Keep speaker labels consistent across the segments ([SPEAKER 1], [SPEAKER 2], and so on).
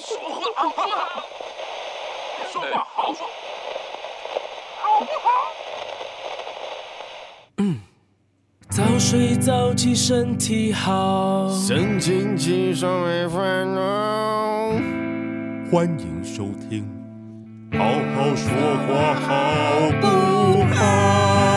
[SPEAKER 1] 好不好？说话好说，好不好？
[SPEAKER 2] 早睡早起身体好。
[SPEAKER 3] 神清气爽没烦恼。欢迎收听，好好说话好不好？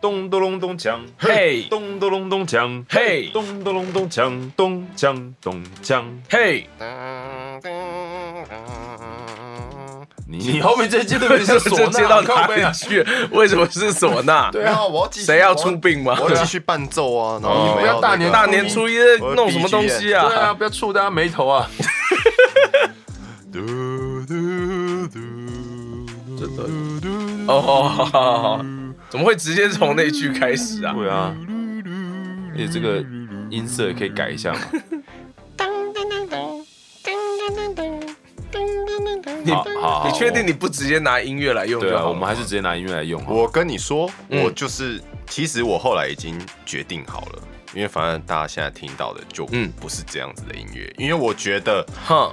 [SPEAKER 4] 咚咚隆咚锵，
[SPEAKER 5] 嘿
[SPEAKER 4] 咚咚隆咚锵，
[SPEAKER 5] 嘿
[SPEAKER 4] 咚咚隆咚锵，咚锵咚锵。
[SPEAKER 5] 嘿，你后面这接 对不是唢
[SPEAKER 3] 这接
[SPEAKER 5] 呐？
[SPEAKER 3] 到
[SPEAKER 5] 到
[SPEAKER 3] 哪
[SPEAKER 5] 哪
[SPEAKER 3] 里
[SPEAKER 5] 里去？ 为什么是唢 呐？
[SPEAKER 3] 对啊，我要继续
[SPEAKER 5] 谁要出兵吗？
[SPEAKER 3] 我要 继续伴奏啊，然
[SPEAKER 4] 哦
[SPEAKER 3] 后
[SPEAKER 6] 你
[SPEAKER 3] 们
[SPEAKER 6] 不要大年
[SPEAKER 3] 那个
[SPEAKER 5] 大年初一在弄什么东西
[SPEAKER 6] 对啊，
[SPEAKER 5] 啊？
[SPEAKER 6] 不要触大家眉 头啊！
[SPEAKER 5] 哦，好好好好怎么会直接从那句开始啊？
[SPEAKER 4] 对啊，而嗯哎且这个音色也可以改一下嘛。好好，好
[SPEAKER 5] 你确定？你不直接拿音乐来用
[SPEAKER 4] 对
[SPEAKER 5] 就
[SPEAKER 4] 啊，
[SPEAKER 5] 好？
[SPEAKER 4] 我们还是直接拿音乐来用好了。
[SPEAKER 3] 我跟你说，
[SPEAKER 5] 嗯
[SPEAKER 3] 我就是，其实我后来已经决定好了，因为反正大家现在听到的就
[SPEAKER 5] 嗯
[SPEAKER 3] 不是这样子的音乐，因为我觉得
[SPEAKER 5] 哼，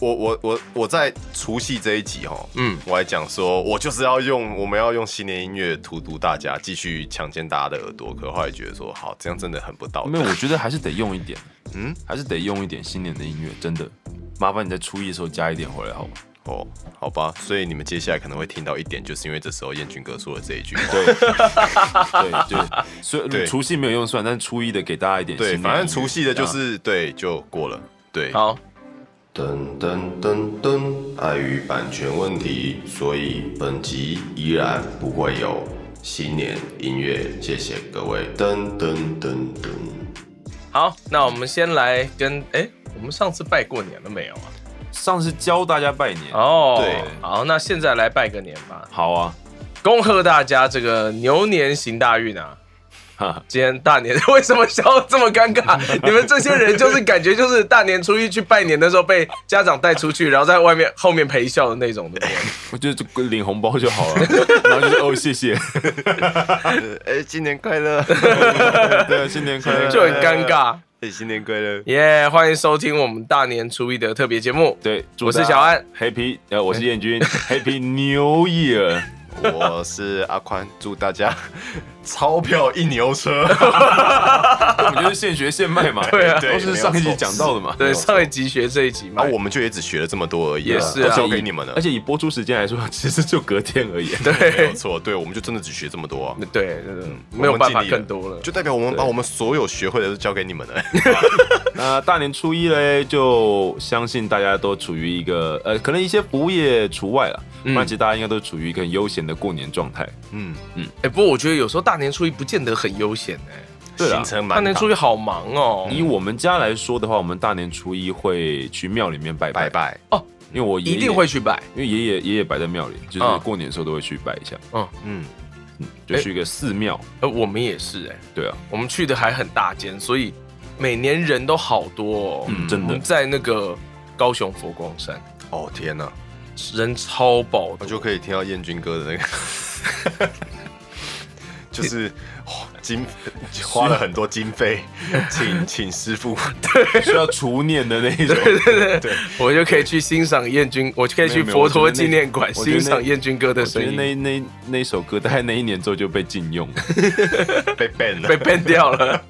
[SPEAKER 3] 我我我我在除夕这一集哈，
[SPEAKER 5] 嗯，
[SPEAKER 3] 我还讲说，我就是要用我们要用新年音乐荼毒大家，继续强奸大家的耳朵，可后来觉得说，好，这样真的很不道
[SPEAKER 4] 没
[SPEAKER 3] 德
[SPEAKER 4] 有，。我觉得还是得用一点，
[SPEAKER 3] 嗯，
[SPEAKER 4] 还是得用一点新年的音乐，真的。麻烦你在初一的时候加一点回来好吗？
[SPEAKER 3] 哦，好吧，所以你们接下来可能会听到一点，就是因为这时候燕军哥说了这一句话。
[SPEAKER 4] 对对对，所
[SPEAKER 3] 对
[SPEAKER 4] 以除夕没有用算，但是初一的给大家一点新
[SPEAKER 3] 对，
[SPEAKER 4] 年
[SPEAKER 3] 反
[SPEAKER 4] 音
[SPEAKER 3] 正
[SPEAKER 4] 乐啊
[SPEAKER 3] 除夕的就是对，就过了。对，
[SPEAKER 5] 好，
[SPEAKER 3] 噔噔噔噔，碍于版权问题，所以本集依然不会有新年音乐，谢谢各位。噔噔噔噔，
[SPEAKER 5] 好，那我们先来跟哎、我们上次拜过年了没有啊？
[SPEAKER 4] 上次教大家拜年，
[SPEAKER 5] 哦，
[SPEAKER 3] 对
[SPEAKER 5] 好，那现在来拜个年吧，
[SPEAKER 4] 好啊，
[SPEAKER 5] 恭贺大家这个牛年行大运啊！
[SPEAKER 4] 哈，
[SPEAKER 5] 今天大年 为什么笑得这么 尴尬？你们这些人就是感觉就是大年初一去拜年的时候被家长带出去，然后在外面后面陪笑的那种的。
[SPEAKER 4] 我觉得就领红包就好 了，然后就是哦谢谢，
[SPEAKER 3] 哎、新年快乐！
[SPEAKER 4] 对，新年快 乐，
[SPEAKER 5] 就很尴尬。
[SPEAKER 3] 哎、新年快乐！
[SPEAKER 5] 耶欢迎收听我们大年初一的特别节目。
[SPEAKER 4] 对，啊
[SPEAKER 5] 我是小安
[SPEAKER 4] ，Happy，呃，我是燕君，Happy New Year，
[SPEAKER 3] 我是阿宽，祝大 家钞票一牛车。
[SPEAKER 4] 我们就是现学现卖 嘛，
[SPEAKER 5] 对啊
[SPEAKER 4] 都是上一集讲到的嘛，
[SPEAKER 5] 对，上一集学这一集嘛。
[SPEAKER 3] 啊，我们就也只学了这么多而已啊，
[SPEAKER 5] 也是
[SPEAKER 3] 都
[SPEAKER 5] 啊
[SPEAKER 4] 而
[SPEAKER 3] 交
[SPEAKER 4] 且以
[SPEAKER 3] 给你们了
[SPEAKER 4] 而。且以播出时间来说， 其实就隔天而已，
[SPEAKER 3] 没有
[SPEAKER 5] 对
[SPEAKER 3] 错，对，我们就真的只学这么多啊。
[SPEAKER 5] 对，没有办法更多了。
[SPEAKER 3] 就代表我们把我们所有学会的都交给你们了。
[SPEAKER 4] 那大年初一嘞，就相信大家都处于一个呃，可能一些服务业除外了，不然其实大家应该都处于一个很悠闲的过年状态。
[SPEAKER 3] 嗯，
[SPEAKER 5] 哎，不过我觉得有时候大年初一不见得很悠闲哎，
[SPEAKER 4] 对啦
[SPEAKER 3] 行程
[SPEAKER 5] 大
[SPEAKER 3] 满
[SPEAKER 5] 年
[SPEAKER 3] 档
[SPEAKER 5] 初一好忙哦。
[SPEAKER 4] 以我们家来说的话，我们大年初一会去庙里面拜
[SPEAKER 3] 拜
[SPEAKER 4] 拜，
[SPEAKER 3] 拜。
[SPEAKER 4] 因为我爷爷
[SPEAKER 5] 哦一定会，去拜，
[SPEAKER 4] 因为爷爷爷爷摆在庙里，就是
[SPEAKER 5] 嗯
[SPEAKER 4] 过年的时候都会去拜一下，
[SPEAKER 3] 嗯，
[SPEAKER 4] 就去一个寺庙。
[SPEAKER 5] 呃，我们也是哎，
[SPEAKER 4] 对啊，
[SPEAKER 5] 我们去的还很大间，所以每年人都好多哦。
[SPEAKER 4] 嗯，真
[SPEAKER 5] 我
[SPEAKER 4] 的
[SPEAKER 5] 们，在那个高雄佛光山，
[SPEAKER 3] 哦天哪，
[SPEAKER 5] 人超爆
[SPEAKER 3] 我
[SPEAKER 5] 多，
[SPEAKER 3] 哦就可以听到燕军哥的那个，就是哦经花了很多经费，请请师傅。
[SPEAKER 4] 需要除念的那一种。
[SPEAKER 5] 我就可以去欣赏燕军，我就可以去
[SPEAKER 4] 没有没有
[SPEAKER 5] 佛
[SPEAKER 4] 我觉得
[SPEAKER 5] 陀
[SPEAKER 4] 那
[SPEAKER 5] 纪念馆
[SPEAKER 4] 我觉得
[SPEAKER 5] 欣
[SPEAKER 4] 那
[SPEAKER 5] 赏燕军哥的
[SPEAKER 4] 我觉
[SPEAKER 5] 声
[SPEAKER 4] 得
[SPEAKER 5] 音，
[SPEAKER 4] 那那那一首歌，大概那一年之后就被禁用了。
[SPEAKER 3] 被 ban
[SPEAKER 5] 被
[SPEAKER 3] 了，
[SPEAKER 5] ban 掉了。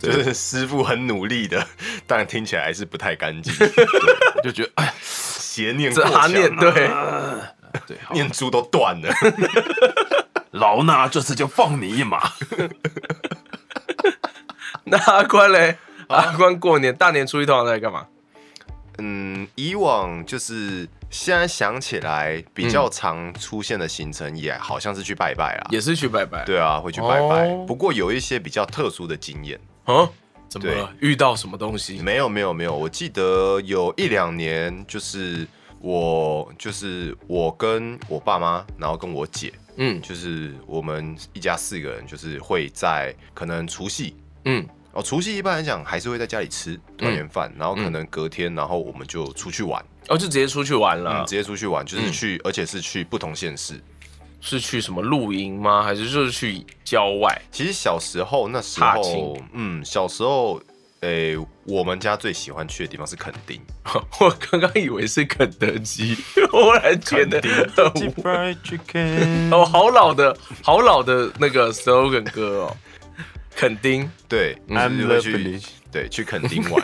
[SPEAKER 3] 就是师傅很努力的，但听起来还是不太干 净，
[SPEAKER 4] 就觉得哎，
[SPEAKER 3] 邪念
[SPEAKER 5] 这
[SPEAKER 3] 过
[SPEAKER 5] 哈
[SPEAKER 3] 强
[SPEAKER 5] 念
[SPEAKER 3] 啊，
[SPEAKER 5] 对，
[SPEAKER 4] 对，好
[SPEAKER 3] 念珠都断了。
[SPEAKER 4] 老衲这次就放你一马。
[SPEAKER 5] 那阿关嘞？阿关过年大年初一通常在干嘛？
[SPEAKER 3] 嗯，以往就是现在想起来比较常出现的行程，也好像是去拜拜啦。
[SPEAKER 5] 也是去拜拜。
[SPEAKER 3] 对啊，会去拜拜。
[SPEAKER 5] 哦
[SPEAKER 3] 不过有一些比较特殊的经验，
[SPEAKER 5] 啊，怎么
[SPEAKER 3] 对
[SPEAKER 5] 了？遇到什么东
[SPEAKER 4] 嗯
[SPEAKER 5] 西？
[SPEAKER 3] 没有没有没有，我记得有一两年，就是我就是我跟我爸妈，然后跟我姐，
[SPEAKER 5] 嗯
[SPEAKER 3] 就是我们一家四个人，就是会在可能除夕。
[SPEAKER 5] 嗯，
[SPEAKER 3] 哦，除夕一般来讲还是会在家里吃团圆饭，然后
[SPEAKER 5] 嗯
[SPEAKER 3] 可能隔天，然后我们就出去玩，
[SPEAKER 5] 哦，就直接出去玩
[SPEAKER 3] 嗯，
[SPEAKER 5] 了
[SPEAKER 3] 直。接出去玩，就是
[SPEAKER 5] 嗯
[SPEAKER 3] 去，而且是去不同县市，
[SPEAKER 5] 是去什么露营吗？还是就是去郊外？
[SPEAKER 3] 其实小时候那时
[SPEAKER 5] 踏
[SPEAKER 3] 候
[SPEAKER 5] 青，
[SPEAKER 3] 嗯，小时候，诶、我们家最喜欢去的地方是垦丁。
[SPEAKER 5] 我刚刚以为是肯德基， 忽然觉得很无
[SPEAKER 4] Fried Chicken
[SPEAKER 5] 哦，好老的好老的那个 slogan 歌哦，垦丁
[SPEAKER 3] 对，
[SPEAKER 4] I'm
[SPEAKER 3] 就是会去
[SPEAKER 4] lovely
[SPEAKER 3] 对去垦丁 玩。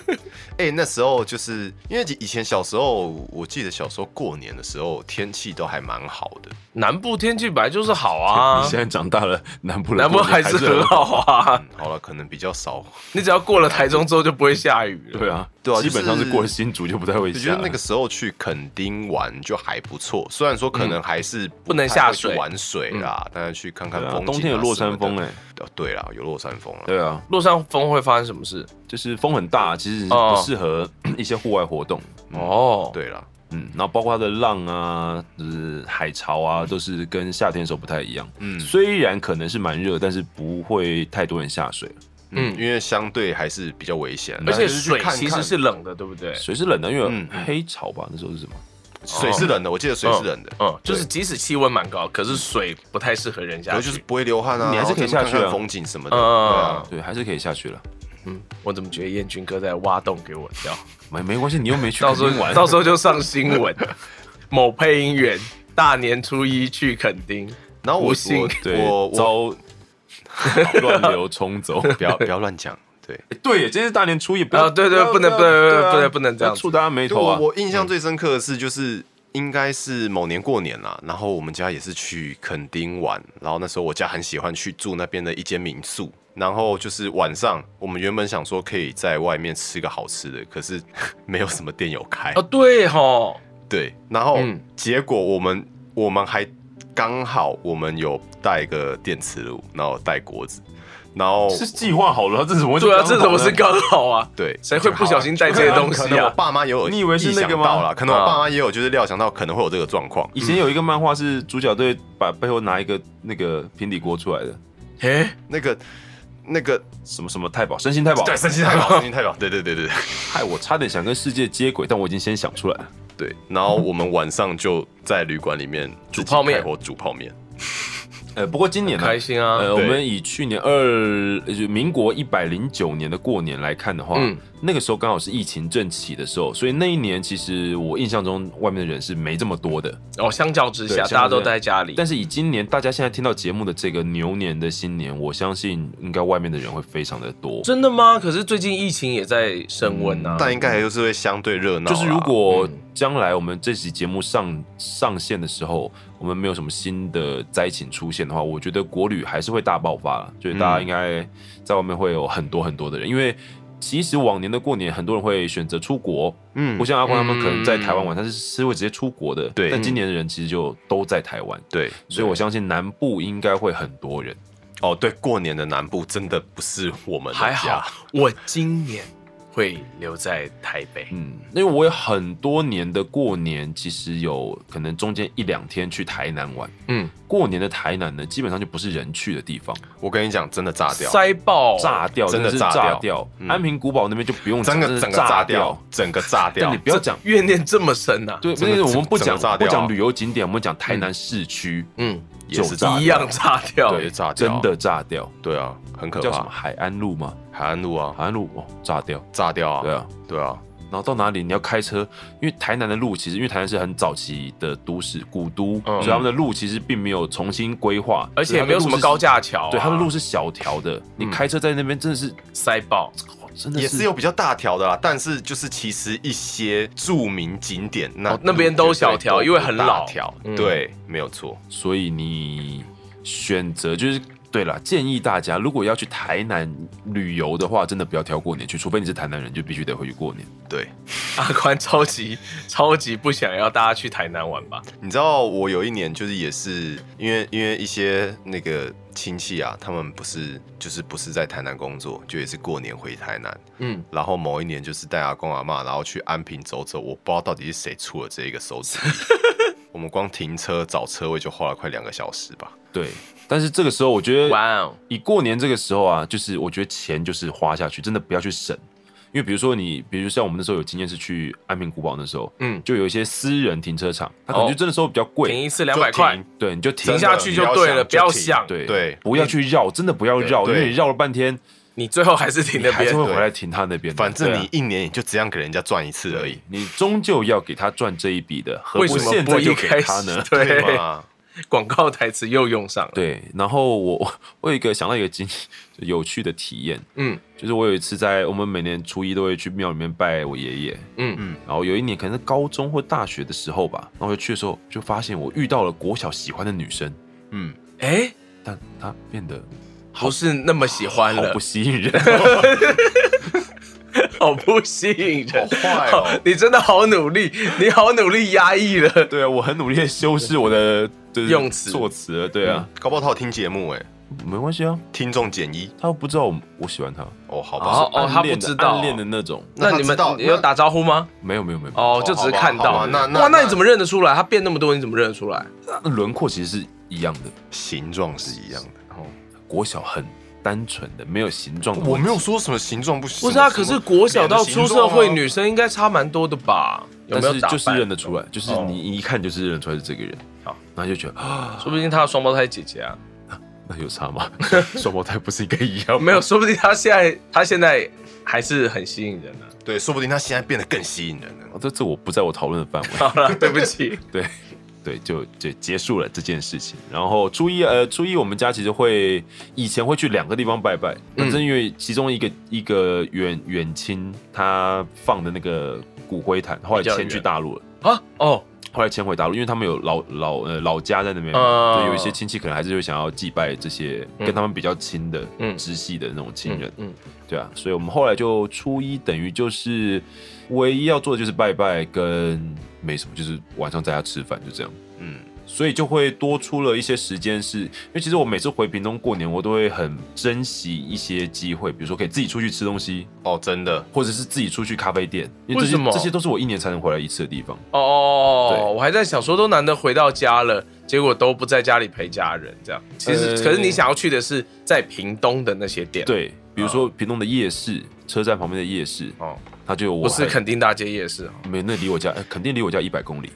[SPEAKER 3] 哎、那时候就是因为以前小时候，我记得小时候过年的时候天气都还蛮好的，
[SPEAKER 5] 南部天气本来就是好 啊
[SPEAKER 4] 你，现在长大了，南部的
[SPEAKER 5] 南部
[SPEAKER 4] 过年
[SPEAKER 5] 还是很。好啊，
[SPEAKER 3] 嗯，好了，可能比较少。
[SPEAKER 5] 你只要过了台中之后就不会下雨了。
[SPEAKER 4] 对啊，
[SPEAKER 3] 对啊
[SPEAKER 4] 基本上
[SPEAKER 3] 就是是
[SPEAKER 4] 过了新竹就不太会
[SPEAKER 3] 我
[SPEAKER 4] 下。
[SPEAKER 3] 觉得那个时候去垦丁玩就还不错，虽然说可能还是
[SPEAKER 5] 嗯不能
[SPEAKER 3] 太
[SPEAKER 5] 下
[SPEAKER 3] 会去
[SPEAKER 5] 水嗯
[SPEAKER 3] 玩水啦，但是去看看
[SPEAKER 4] 对啊
[SPEAKER 3] 风景啊。
[SPEAKER 4] 冬天有落山风
[SPEAKER 3] 哎
[SPEAKER 4] 哎，
[SPEAKER 3] 哦对啦，有落山风了。
[SPEAKER 4] 对啊，
[SPEAKER 5] 路上风会发生什么事？
[SPEAKER 4] 就是风很大，其实
[SPEAKER 5] 哦
[SPEAKER 4] 不适合 一些户外活动。
[SPEAKER 5] 哦，
[SPEAKER 3] 对啦，
[SPEAKER 4] 嗯，然后包括它的浪啊，就是海潮啊，都是跟夏天的时候不太一样。
[SPEAKER 3] 嗯
[SPEAKER 4] 虽然可能是蛮热，但是不会太多人下水。
[SPEAKER 3] 嗯，
[SPEAKER 5] 嗯
[SPEAKER 3] 因为相对还是比较危险，啊
[SPEAKER 5] 而且
[SPEAKER 3] 就是去
[SPEAKER 5] 水
[SPEAKER 3] 看
[SPEAKER 5] 其实
[SPEAKER 3] 看
[SPEAKER 5] 是冷的，对不对？
[SPEAKER 4] 水是冷的，因为
[SPEAKER 3] 嗯
[SPEAKER 4] 有黑潮吧，那时候是什么？
[SPEAKER 3] 水是冷的，我记得水是冷的，
[SPEAKER 5] 嗯，就是即使气温蛮高，可是水不太适合人
[SPEAKER 3] 然
[SPEAKER 5] 下
[SPEAKER 3] 后
[SPEAKER 5] 去。
[SPEAKER 3] 就是不会流汗啊，
[SPEAKER 4] 你还是可以下去啊
[SPEAKER 3] 然后在那边看看风景什么的。
[SPEAKER 5] 嗯
[SPEAKER 3] 对啊
[SPEAKER 4] 对，还是可以下去了。
[SPEAKER 5] 嗯，我怎么觉得燕军哥在挖洞给我跳？
[SPEAKER 4] 没没关系，你又没去
[SPEAKER 5] 到时候
[SPEAKER 4] 垦丁玩，
[SPEAKER 5] 到时候就上新闻，某配音员大年初一去垦丁，
[SPEAKER 3] 然后我
[SPEAKER 5] 无心
[SPEAKER 4] 对
[SPEAKER 3] 我我我
[SPEAKER 4] 遭乱流冲走。
[SPEAKER 3] 不要不要乱讲，对。
[SPEAKER 4] 对，今天是大年初一，不
[SPEAKER 5] 啊
[SPEAKER 4] 要
[SPEAKER 5] 对对
[SPEAKER 4] 要
[SPEAKER 5] 不能
[SPEAKER 4] 要
[SPEAKER 5] 不能
[SPEAKER 4] 对啊
[SPEAKER 5] 不能不能这样子
[SPEAKER 4] 要触大家眉
[SPEAKER 3] 就
[SPEAKER 4] 头
[SPEAKER 3] 我
[SPEAKER 4] 啊！
[SPEAKER 3] 我印象最深刻的是，就是应该是某年过年啦，然后我们家也是去垦丁玩，然后那时候我家很喜欢去住那边的一间民宿。然后就是晚上，我们原本想说可以在外面吃个好吃的，可是 没有什么店有开
[SPEAKER 5] 哦，。对吼，
[SPEAKER 3] 对，然后
[SPEAKER 5] 嗯
[SPEAKER 3] 结果我们我们还刚好我们有带个电磁炉，然后带锅子，然后
[SPEAKER 4] 是计划好了，这怎么会
[SPEAKER 5] 对啊，这
[SPEAKER 4] 刚好
[SPEAKER 5] 怎么
[SPEAKER 4] 呢
[SPEAKER 5] 是刚好啊？
[SPEAKER 3] 对，
[SPEAKER 5] 谁会不小心带这些东
[SPEAKER 3] 可
[SPEAKER 5] 西
[SPEAKER 3] 能我
[SPEAKER 5] 啊？
[SPEAKER 3] 爸妈也有
[SPEAKER 4] 你以为是
[SPEAKER 3] 意
[SPEAKER 4] 那
[SPEAKER 3] 想
[SPEAKER 4] 个吗
[SPEAKER 3] 到啦，可能我
[SPEAKER 5] 啊
[SPEAKER 3] 爸妈也有就是料想到可能会有这个状况。
[SPEAKER 4] 以前有一个漫画是主角队把背后拿一个那个平底锅出来的，
[SPEAKER 5] 哎，
[SPEAKER 3] 那个那个
[SPEAKER 4] 什么什么太保，身心太保，
[SPEAKER 3] 对，神奇太 保，神奇太保，对对对对对
[SPEAKER 4] 害我差点想跟世界接轨，但我已经先想出来了。
[SPEAKER 3] 对。然后我们晚上就在旅馆里面
[SPEAKER 5] 煮泡面
[SPEAKER 3] 或煮泡面。
[SPEAKER 4] 呃，不过今年呢、
[SPEAKER 5] 开心啊！
[SPEAKER 4] 呃，我
[SPEAKER 3] 对
[SPEAKER 4] 们以去年二呃就民国一百零九年的过年来看的话，
[SPEAKER 5] 嗯
[SPEAKER 4] 那个时候刚好是疫情正起的时候，所以那一年其实我印象中外面的人是没这么多的。
[SPEAKER 5] 哦，相较之
[SPEAKER 4] 对
[SPEAKER 5] 下，
[SPEAKER 4] 相较
[SPEAKER 5] 大家都
[SPEAKER 4] 之下
[SPEAKER 5] 待家里，
[SPEAKER 4] 但是以今年大家现在听到节目的这个牛年的新年，我相信应该外面的人会非常的多。
[SPEAKER 5] 真的吗？可是最近疫情也在升温啊。
[SPEAKER 3] 但应该还就是会相对热闹啦。嗯
[SPEAKER 4] 就是如果将来我们这期节目上上线的时候，我们没有什么新的灾情出现的话，我觉得国旅还是会大爆发啦，就是大家应该在外面会有很多很多的人，因为。其实往年的过年，很多人会选择出国，
[SPEAKER 3] 嗯
[SPEAKER 4] 不像阿光他们可能在台湾玩，他是是会直接出国的。
[SPEAKER 3] 对
[SPEAKER 4] 但今年的人其实就都在台湾，
[SPEAKER 3] 对，
[SPEAKER 4] 所以我相信南部应该会很多人。
[SPEAKER 3] 哦对，过年的南部真的不是我们的
[SPEAKER 5] 还
[SPEAKER 3] 家
[SPEAKER 5] 好，我今年会留在台北。
[SPEAKER 4] 嗯，因为我有很多年的过年，其实有可能中间一两天去台南玩。
[SPEAKER 5] 嗯，
[SPEAKER 4] 过年的台南呢，基本上就不是人去的地方，
[SPEAKER 3] 我跟你讲，真的炸掉，
[SPEAKER 5] 塞爆
[SPEAKER 4] 炸掉，
[SPEAKER 3] 哦真的
[SPEAKER 4] 是
[SPEAKER 3] 炸
[SPEAKER 4] 炸
[SPEAKER 3] 掉嗯
[SPEAKER 4] 安平古堡那边就不用讲，
[SPEAKER 3] 整个
[SPEAKER 4] 真的
[SPEAKER 3] 整个
[SPEAKER 4] 炸
[SPEAKER 3] 炸掉，，整个炸
[SPEAKER 4] 但
[SPEAKER 3] 掉
[SPEAKER 4] 你。不要讲，
[SPEAKER 5] 怨念这么深啊？
[SPEAKER 4] 对，
[SPEAKER 3] 真的
[SPEAKER 4] 因为我们不
[SPEAKER 3] 整
[SPEAKER 4] 讲
[SPEAKER 3] 个炸
[SPEAKER 4] 不
[SPEAKER 3] 掉嗯
[SPEAKER 4] 讲旅游景点，我们讲台南市区，
[SPEAKER 5] 嗯，
[SPEAKER 3] 也
[SPEAKER 4] 就
[SPEAKER 3] 是炸掉
[SPEAKER 5] 一样炸掉。
[SPEAKER 3] 对炸掉
[SPEAKER 4] 真的炸掉，
[SPEAKER 3] 对啊，很可
[SPEAKER 4] 叫什么
[SPEAKER 3] 怕。
[SPEAKER 4] 海岸路吗？
[SPEAKER 3] 海岸路啊，
[SPEAKER 4] 海岸路哦，炸掉，
[SPEAKER 3] 炸掉啊，
[SPEAKER 4] 对啊，
[SPEAKER 3] 对啊，
[SPEAKER 4] 然后到哪里你要开车，因为台南的路其实因为台南是很早期的都市古都，所
[SPEAKER 5] 嗯
[SPEAKER 4] 以他们的路其实并没有重新规划，
[SPEAKER 5] 而且也没有什么高架桥啊、
[SPEAKER 4] 对，它的路是小条的，你开车在那边真的是，
[SPEAKER 5] 塞爆，
[SPEAKER 4] 哦真的
[SPEAKER 3] 嗯也是有比较大条的啦，但是就是其实一些著名景点那
[SPEAKER 5] 哦那边都小条
[SPEAKER 3] 对
[SPEAKER 5] 因为很老
[SPEAKER 3] 大条，
[SPEAKER 5] 嗯
[SPEAKER 3] 对，没有错。
[SPEAKER 4] 所以你选择就是对啦，建议大家如果要去台南旅游的话，真的不要挑过年去，除非你是台南人，就必须得回去过年。
[SPEAKER 3] 对，
[SPEAKER 5] 阿宽超级超级不想要大家去台南玩吧？
[SPEAKER 3] 你知道我有一年就是也是因为因为一些那个亲戚啊，他们不是就是不是在台南工作，就也是过年回台南，
[SPEAKER 5] 嗯，
[SPEAKER 3] 然后某一年就是带阿公阿妈，然后去安平走走，我不知道到底是谁出了这一个馊主 意，我们光停车找车位就花了快两个小时吧。
[SPEAKER 4] 对，但是这个时候我觉得
[SPEAKER 5] 哇哦，
[SPEAKER 4] 以过年这个时候啊，就是我觉得钱就是花下去，真的不要去省，因因为比如说你，比如像我们那时候有经验是去安平古堡那时候，
[SPEAKER 5] 嗯
[SPEAKER 4] 嗯，就有一些私人停车场，它可能就真的收的比较
[SPEAKER 5] 停
[SPEAKER 4] 贵，
[SPEAKER 5] 一次两百块
[SPEAKER 3] 就，停
[SPEAKER 4] 对，你就停
[SPEAKER 5] 停下去就对了，不
[SPEAKER 3] 不
[SPEAKER 5] 要
[SPEAKER 3] 要
[SPEAKER 5] 想
[SPEAKER 3] 想，
[SPEAKER 4] 对
[SPEAKER 3] 对
[SPEAKER 4] 不要去绕，真的不要绕，因
[SPEAKER 3] 对对
[SPEAKER 4] 为你绕了半天，
[SPEAKER 5] 你最后还是停
[SPEAKER 4] 你
[SPEAKER 5] 那
[SPEAKER 4] 还
[SPEAKER 5] 边
[SPEAKER 4] 是。会回来停他那边的。
[SPEAKER 3] 反
[SPEAKER 4] 对
[SPEAKER 3] 正
[SPEAKER 4] 啊
[SPEAKER 3] 你一年也就这样给人家赚一次而已，
[SPEAKER 4] 你终究要给他赚这一笔的，何
[SPEAKER 5] 为
[SPEAKER 4] 不
[SPEAKER 5] 什么
[SPEAKER 4] 现
[SPEAKER 5] 不
[SPEAKER 4] 在
[SPEAKER 5] 一
[SPEAKER 4] 就给
[SPEAKER 5] 开
[SPEAKER 4] 他
[SPEAKER 5] 始
[SPEAKER 4] 呢？？
[SPEAKER 3] 对
[SPEAKER 5] 对，
[SPEAKER 3] 吗？
[SPEAKER 5] 广告台词又用上了。
[SPEAKER 4] 对，然后我 我我有一个想到一个经有趣的体验，
[SPEAKER 5] 嗯
[SPEAKER 4] 就是我有一次在我们每年初一都会去庙里面拜我爷爷，
[SPEAKER 5] 嗯
[SPEAKER 3] 嗯
[SPEAKER 4] 然后有一年可能是高中或大学的时候吧，然后我就去的时候就发现我遇到了国小喜欢的女生，
[SPEAKER 3] 嗯，
[SPEAKER 5] 哎，
[SPEAKER 4] 但她变得
[SPEAKER 5] 不是那么喜欢
[SPEAKER 4] 好
[SPEAKER 5] 了
[SPEAKER 4] 不，吸 引人，
[SPEAKER 5] 啊好不吸引人。
[SPEAKER 3] 好坏哦
[SPEAKER 5] 好你真的好努力，你好努力压抑了。
[SPEAKER 4] 对啊，我很努力的修饰我的 就是
[SPEAKER 5] 用词嗯
[SPEAKER 4] 措辞了，对
[SPEAKER 5] 哦
[SPEAKER 4] 啊，
[SPEAKER 3] 搞不好他有听节目哎，
[SPEAKER 4] 没关系啊，
[SPEAKER 3] 听众减一
[SPEAKER 4] 她又不知道我我喜欢她，
[SPEAKER 3] 哦，好
[SPEAKER 5] 哦
[SPEAKER 3] 吧，
[SPEAKER 4] 暗
[SPEAKER 5] 她不
[SPEAKER 4] 恋的
[SPEAKER 5] 知道
[SPEAKER 4] 暗恋的那种，
[SPEAKER 3] 那他
[SPEAKER 5] 你
[SPEAKER 3] 知
[SPEAKER 5] 们
[SPEAKER 3] 道
[SPEAKER 5] 你有
[SPEAKER 3] 那
[SPEAKER 5] 打招呼吗？
[SPEAKER 4] 没有没有没有，没有
[SPEAKER 5] 哦，就只是看
[SPEAKER 3] 好吧好
[SPEAKER 5] 到
[SPEAKER 3] 吧。那那
[SPEAKER 5] 哇，那你怎么认得出来？他变那么多，你怎么认得出来？
[SPEAKER 4] 那轮廓其实是一样的，
[SPEAKER 3] 形状是一样的？
[SPEAKER 4] 国小很单纯的，没有形状的问题，
[SPEAKER 3] 我没有说什么形状不行，
[SPEAKER 5] 不是啊，可是国小到出社会，
[SPEAKER 3] 女。
[SPEAKER 5] 女生应该差蛮多的吧？啊有
[SPEAKER 4] 但
[SPEAKER 5] 没有
[SPEAKER 4] 是
[SPEAKER 5] 打扮啊
[SPEAKER 4] 就是认得出来，就是
[SPEAKER 5] 哦
[SPEAKER 4] 你一看就是认得出来是这个人。
[SPEAKER 5] 好，
[SPEAKER 4] 然后就觉得啊，
[SPEAKER 5] 说不定她有双胞胎姐姐啊。
[SPEAKER 4] 那有差吗？ 双胞胎不是应该一样吗？
[SPEAKER 5] 没有，说不定她现在她现在还是很吸引人啊。
[SPEAKER 3] 对，说不定他现在变得更吸引人了。
[SPEAKER 4] 哦，这这我不在我讨论的范围。
[SPEAKER 5] 好了，对不起。
[SPEAKER 4] 对对，就就结束了这件事情。然后初一呃，初一我们家其实会以前会去两个地方拜拜，
[SPEAKER 5] 嗯
[SPEAKER 4] 那正因为其中一个一个远远亲他放的那个骨灰坛，后来
[SPEAKER 5] 比较
[SPEAKER 4] 迁去
[SPEAKER 5] 远
[SPEAKER 4] 大陆了。
[SPEAKER 5] 啊哦，
[SPEAKER 4] 后来迁回大陆，因为他们有老老呃老家在那边嘛，
[SPEAKER 5] 嗯
[SPEAKER 4] 对，有一些亲戚可能还是会想要祭拜这些跟他们比较亲的、
[SPEAKER 5] 嗯
[SPEAKER 4] 直系的那种亲人，
[SPEAKER 5] 嗯，
[SPEAKER 4] 对啊，所以我们后来就初一等于就是唯一要做的就是拜拜跟没什么，就是晚上在家吃饭就这样，
[SPEAKER 3] 嗯，
[SPEAKER 4] 所以就会多出了一些时间是，因为其实我每次回屏东过年，我都会很珍惜一些机会，比如说可以自己出去吃东西，
[SPEAKER 3] 哦，真的，
[SPEAKER 4] 或者是自己出去咖啡店，因为这
[SPEAKER 5] 为
[SPEAKER 4] 些
[SPEAKER 5] 什么
[SPEAKER 4] 这些都是我一年才能回来一次的地方。
[SPEAKER 5] 哦哦哦，
[SPEAKER 4] 对
[SPEAKER 5] 我还在想说，都难得回到家了，结果都不在家里陪家人，这样。其实，
[SPEAKER 4] 呃
[SPEAKER 5] 可是你想要去的是在屏东的那些店，，
[SPEAKER 4] 对，比如
[SPEAKER 5] 啊
[SPEAKER 4] 说屏东的夜市，车站旁边的夜市，
[SPEAKER 5] 哦，
[SPEAKER 4] 它就有我
[SPEAKER 5] 不是
[SPEAKER 4] 还
[SPEAKER 5] 垦丁大街夜市哦。
[SPEAKER 4] 没有那离我家，呃肯定离我家一百公 里，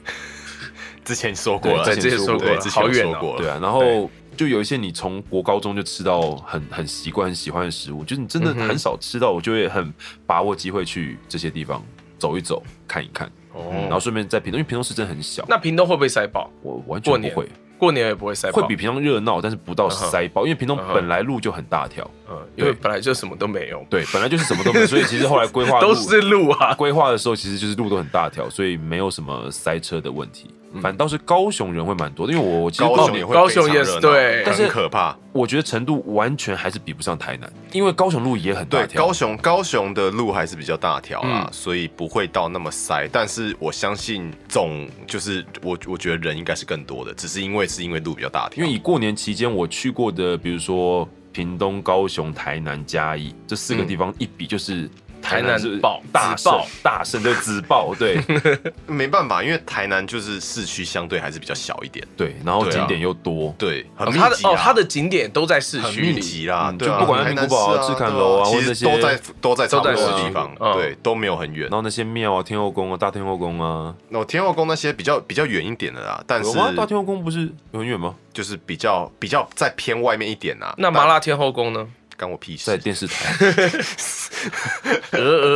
[SPEAKER 3] 之前说过了，
[SPEAKER 4] 对
[SPEAKER 5] 对，这
[SPEAKER 4] 之
[SPEAKER 5] 些
[SPEAKER 4] 前
[SPEAKER 5] 说过
[SPEAKER 3] 对，
[SPEAKER 5] 了，
[SPEAKER 3] 之前
[SPEAKER 5] 好
[SPEAKER 3] 有
[SPEAKER 5] 远
[SPEAKER 3] 说
[SPEAKER 5] 哦。
[SPEAKER 3] 过
[SPEAKER 4] 对
[SPEAKER 3] 了。
[SPEAKER 4] 啊，然后就有一些你从国高中就吃到很很习惯、很喜欢的食物，就是你真的
[SPEAKER 5] 嗯哼
[SPEAKER 4] 很少吃到，我就会很把握机会去这些地方走一走、看一看，
[SPEAKER 5] 哦
[SPEAKER 4] 然后顺便在屏东，因为屏东市真的很小，
[SPEAKER 5] 那屏东会不会塞爆？
[SPEAKER 4] 我完
[SPEAKER 5] 过
[SPEAKER 4] 全不
[SPEAKER 5] 年
[SPEAKER 4] 会。
[SPEAKER 5] 过年也不会塞爆，
[SPEAKER 4] 会比屏东热闹，但是不到
[SPEAKER 5] 哼
[SPEAKER 4] 塞爆，因为屏东
[SPEAKER 5] 嗯哼
[SPEAKER 4] 本来路就很大条，
[SPEAKER 5] 嗯，因为
[SPEAKER 4] 对
[SPEAKER 5] 本来就什么都没有，
[SPEAKER 4] 对，本来就是什么都没有，所以其实后来规划
[SPEAKER 5] 都
[SPEAKER 4] 路
[SPEAKER 5] 是路啊。
[SPEAKER 4] 规划的时候，其实就是路都很大条，所以没有什么塞车的问题。反倒是高雄人会蛮多的，因为我我其实
[SPEAKER 3] 嗯高
[SPEAKER 4] 高
[SPEAKER 3] 雄
[SPEAKER 4] 雄，
[SPEAKER 3] 也会
[SPEAKER 5] 哦高雄
[SPEAKER 3] 非常
[SPEAKER 5] 也是
[SPEAKER 3] 热闹
[SPEAKER 5] 对
[SPEAKER 3] 但
[SPEAKER 4] 但是
[SPEAKER 3] 是可怕。
[SPEAKER 4] 我觉得程度完全还是比不上台南，因为高雄路也很大
[SPEAKER 3] 对，
[SPEAKER 4] 条
[SPEAKER 3] 高。雄高雄的路还是比较大条啦，
[SPEAKER 5] 嗯
[SPEAKER 3] 所以不会到那么塞。但是我相信总就是我我觉得人应该是更多的，只是因为是因为路比较大
[SPEAKER 4] 因
[SPEAKER 3] 条。
[SPEAKER 4] 为以过年期间我去过的，比如说屏东、高雄、台南、嘉义这四
[SPEAKER 3] 嗯
[SPEAKER 4] 个地方一比，就是
[SPEAKER 5] 台南
[SPEAKER 4] 是
[SPEAKER 5] 爆
[SPEAKER 4] 大
[SPEAKER 5] 自
[SPEAKER 4] 胜
[SPEAKER 5] 爆
[SPEAKER 4] 大胜对自爆， 对
[SPEAKER 3] 没办法，因为台南就是市区相对还是比较小一点，
[SPEAKER 4] 对，然后
[SPEAKER 3] 对啊
[SPEAKER 4] 景点又多，
[SPEAKER 3] 对，很
[SPEAKER 5] 哦
[SPEAKER 3] 密集
[SPEAKER 5] 它
[SPEAKER 3] 啦
[SPEAKER 5] 的哦，它的景点都在市
[SPEAKER 3] 很
[SPEAKER 5] 区
[SPEAKER 3] 密
[SPEAKER 5] 里。
[SPEAKER 3] 集啦，
[SPEAKER 4] 嗯
[SPEAKER 3] 对啊
[SPEAKER 4] 就不管
[SPEAKER 3] 台南
[SPEAKER 4] 安平古堡啊
[SPEAKER 3] 市
[SPEAKER 4] 赤坎楼啊
[SPEAKER 3] 对
[SPEAKER 4] 或者
[SPEAKER 3] 其
[SPEAKER 4] 那
[SPEAKER 3] 实
[SPEAKER 4] 些
[SPEAKER 3] 都在都在差哦不多
[SPEAKER 5] 都在
[SPEAKER 3] 的
[SPEAKER 5] 市区
[SPEAKER 3] 地方，
[SPEAKER 5] 嗯
[SPEAKER 3] 对，都没有很远
[SPEAKER 4] 然。后那些庙啊、天后宫啊、大天后宫啊，
[SPEAKER 3] 那天后宫那些比较比较远一点的啦，但
[SPEAKER 4] 有
[SPEAKER 3] 是
[SPEAKER 4] 吗？大天后宫不是有很远吗？
[SPEAKER 3] 就是比较比较在偏外面一点啦。
[SPEAKER 5] 那麻辣天后宫呢？
[SPEAKER 3] 但干我屁事
[SPEAKER 4] 在！电视台。
[SPEAKER 5] 呃呃呃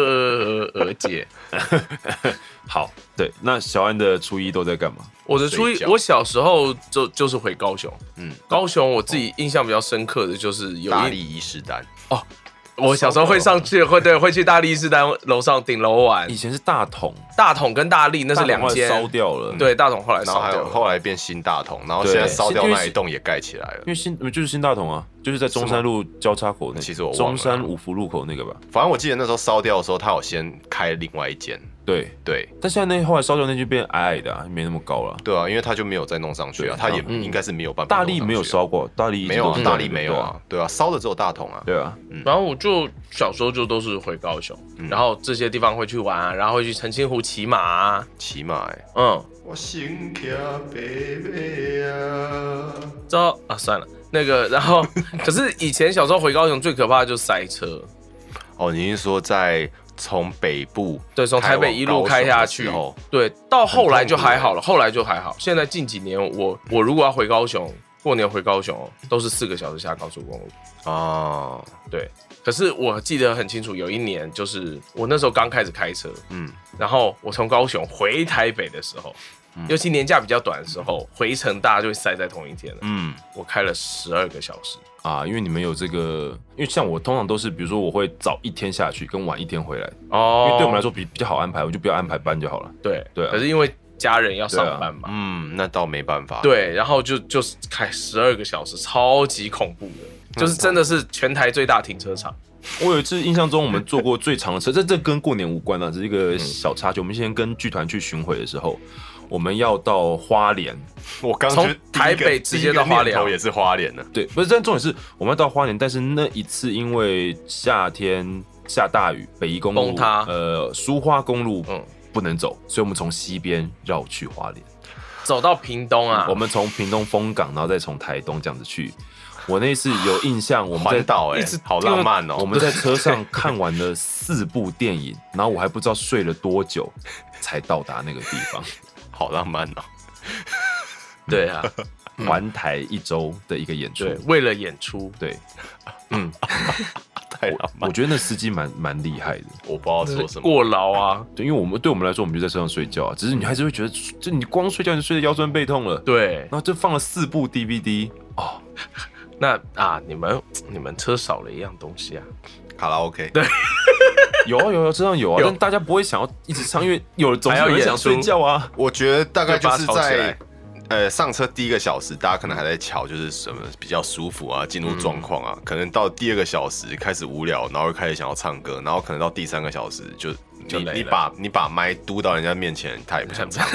[SPEAKER 5] 呃呃，姐，
[SPEAKER 4] 好，对，那小安的初一都在干嘛？
[SPEAKER 5] 我的初一
[SPEAKER 3] 睡，觉
[SPEAKER 5] 我小时候就就是回高雄，
[SPEAKER 3] 嗯，
[SPEAKER 5] 高雄我自己印象比较深刻的就是有
[SPEAKER 3] 大
[SPEAKER 5] 一，
[SPEAKER 3] 力伊势丹，
[SPEAKER 5] 我小时候会上去，会对会去大力士丹楼上顶楼玩
[SPEAKER 4] 以，前是大桶，
[SPEAKER 5] 大桶跟大力那是两
[SPEAKER 4] 大桶后来烧
[SPEAKER 5] 间，
[SPEAKER 4] 掉了。，
[SPEAKER 5] 对，大桶后来
[SPEAKER 3] 然后
[SPEAKER 5] 烧
[SPEAKER 3] 还
[SPEAKER 5] 掉
[SPEAKER 3] 有
[SPEAKER 5] 了，
[SPEAKER 3] 后来变新大同，然后
[SPEAKER 4] 对
[SPEAKER 3] 现在烧掉
[SPEAKER 4] 因为
[SPEAKER 3] 那
[SPEAKER 4] 是
[SPEAKER 3] 一栋也盖起来了
[SPEAKER 4] 因。为新就是新大同啊，就是在中山路交叉口那，
[SPEAKER 3] 其实我忘了
[SPEAKER 4] 中山五福路口那个吧。
[SPEAKER 3] 反正我记得那时候烧掉的时候，他有先开另外一间，
[SPEAKER 4] 对，
[SPEAKER 3] 对
[SPEAKER 4] 但现在那后来烧掉那就变矮矮的、啊，没那么高了。
[SPEAKER 3] 对啊，因为他就没有再弄上去啊，
[SPEAKER 4] 对
[SPEAKER 3] 他也
[SPEAKER 5] 嗯
[SPEAKER 3] 应该是没有办法。
[SPEAKER 4] 大力没有，烧过，大力一直
[SPEAKER 3] 啊没有
[SPEAKER 4] 都
[SPEAKER 3] 啊，
[SPEAKER 4] 是
[SPEAKER 3] 大
[SPEAKER 4] 那
[SPEAKER 3] 力
[SPEAKER 4] 个
[SPEAKER 3] 没有。啊，对啊，烧的只有大同啊。
[SPEAKER 4] 对啊，
[SPEAKER 5] 然后我就小时候就都是回高雄，然后这些地方会去玩啊，然后会去澄清湖骑马啊，
[SPEAKER 3] 骑马欸，
[SPEAKER 5] 嗯，
[SPEAKER 3] 我心骑白马啊。
[SPEAKER 5] 知道啊，算了，那个，然 后可是以前小时候回高雄最可怕的就是塞车，
[SPEAKER 3] 哦，你是说在从北部
[SPEAKER 5] 对，从台北一路开下去
[SPEAKER 3] 哦，，
[SPEAKER 5] 对，到后来就还好了，后来就还好。现在近几年，我我如果要回高雄，过年回高雄都是四个小时下高速公路。
[SPEAKER 3] 哦，
[SPEAKER 5] 对，可是我记得很清楚，有一年就是我那时候刚开始开车，
[SPEAKER 3] 嗯
[SPEAKER 5] 然后我从高雄回台北的时候，
[SPEAKER 4] 嗯
[SPEAKER 5] 尤其年假比较短的时候，回程大家就会塞在同一天了。
[SPEAKER 3] 嗯
[SPEAKER 5] 我开了十二个小时，
[SPEAKER 4] 啊，因为你们有这个，因为像我通常都是，比如说我会早一天下去，跟晚一天回来，
[SPEAKER 5] 哦
[SPEAKER 4] 因为对我们来说比比较好安排，我就不要安排班就好了。
[SPEAKER 5] 对
[SPEAKER 4] 对啊
[SPEAKER 5] 可是因为家人要上班嘛，
[SPEAKER 3] 嗯，那倒没办法，，
[SPEAKER 5] 对，然后就就是开十二个小时，超级恐怖
[SPEAKER 3] 嗯
[SPEAKER 5] 的，就是真的是全台最大停车场。
[SPEAKER 4] 我有一次印象中，我们坐过最长的车，这这跟过年无关啊，只是一
[SPEAKER 5] 嗯
[SPEAKER 4] 个小插曲。我们之前跟剧团去巡回的时候，我们要到花莲，
[SPEAKER 3] 我刚
[SPEAKER 5] 从
[SPEAKER 3] 觉得第一个
[SPEAKER 5] 台北直接到花莲
[SPEAKER 3] 第一个念头也是花莲呢，
[SPEAKER 4] 对，不是，但重点是我们要到花莲，但是那一次因为夏天下大雨，北宜公路
[SPEAKER 5] 崩塌
[SPEAKER 4] 呃，苏花公路
[SPEAKER 5] 嗯
[SPEAKER 4] 不能走，所以我们从西边绕去花莲。
[SPEAKER 5] 走到屏东啊，
[SPEAKER 4] 我们从屏东风港，然后再从台东这样子去。我那一次有印象，我们在
[SPEAKER 3] 环岛哎
[SPEAKER 4] 一直
[SPEAKER 3] 好浪漫哦
[SPEAKER 4] 我们在车 上看完了四部电影，然后我还不知道睡了多久才到达那个地方。
[SPEAKER 3] 好浪漫哦，
[SPEAKER 5] 对啊，
[SPEAKER 4] 环台一周的一个演出，
[SPEAKER 5] 对，为了演出，
[SPEAKER 4] 对，
[SPEAKER 3] 太浪
[SPEAKER 4] 我
[SPEAKER 3] 漫，
[SPEAKER 4] 觉得那司机蛮蛮厉害的。
[SPEAKER 3] 我不知道说什么，
[SPEAKER 5] 过劳啊，
[SPEAKER 4] 对，因为我们对我们来说，我们就在车上睡觉啊，只是你还是会觉得，就你光睡觉你就睡得腰酸背痛了。，
[SPEAKER 5] 对
[SPEAKER 4] 然，后就放了四部 DVD 哦，
[SPEAKER 5] 那啊，你们你们车少了一样东西啊，
[SPEAKER 3] 卡拉 OK，
[SPEAKER 4] 有啊有啊，车上有啊，
[SPEAKER 5] 有
[SPEAKER 4] 但大家不会想要一直唱，因为有人总是
[SPEAKER 5] 还要
[SPEAKER 4] 有人
[SPEAKER 5] 演
[SPEAKER 4] 想睡
[SPEAKER 5] 出
[SPEAKER 4] 觉啊。
[SPEAKER 3] 我觉得大概就是
[SPEAKER 5] 就把它吵起
[SPEAKER 3] 在
[SPEAKER 5] 来
[SPEAKER 3] 呃上车第一个小时，大家可能还在瞧就是什么比较舒服啊，进入状况
[SPEAKER 5] 嗯
[SPEAKER 3] 啊。可能到第二个小时开始无聊，然后开始想要唱歌，然后可能到第三个小时就
[SPEAKER 5] 就
[SPEAKER 3] 你
[SPEAKER 5] 累了
[SPEAKER 3] 你把你把麦嘟到人家面前，他也不 想 唱。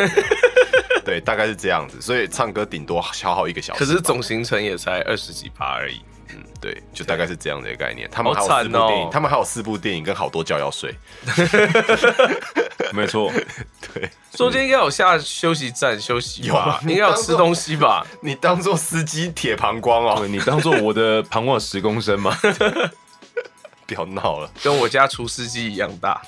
[SPEAKER 3] 对，大概是这样子，所以唱歌顶多消耗一个小时。
[SPEAKER 5] 可是总行程也才二十几趴而已，
[SPEAKER 3] 嗯，对，就大概是这样的一个概念。他们还
[SPEAKER 5] 好
[SPEAKER 3] 有四部
[SPEAKER 5] 惨哦
[SPEAKER 3] 电影，他们还有四部电影跟好多觉要睡。
[SPEAKER 4] 没错，
[SPEAKER 5] 中间应该有下休息站休息
[SPEAKER 3] 有啊
[SPEAKER 5] 吧，应该有吃东西吧，
[SPEAKER 3] 你当做司机铁膀胱哦，
[SPEAKER 4] 对你当做我的膀胱有十公升嘛？
[SPEAKER 3] 不要闹了。
[SPEAKER 5] 跟我家厨师机一样大，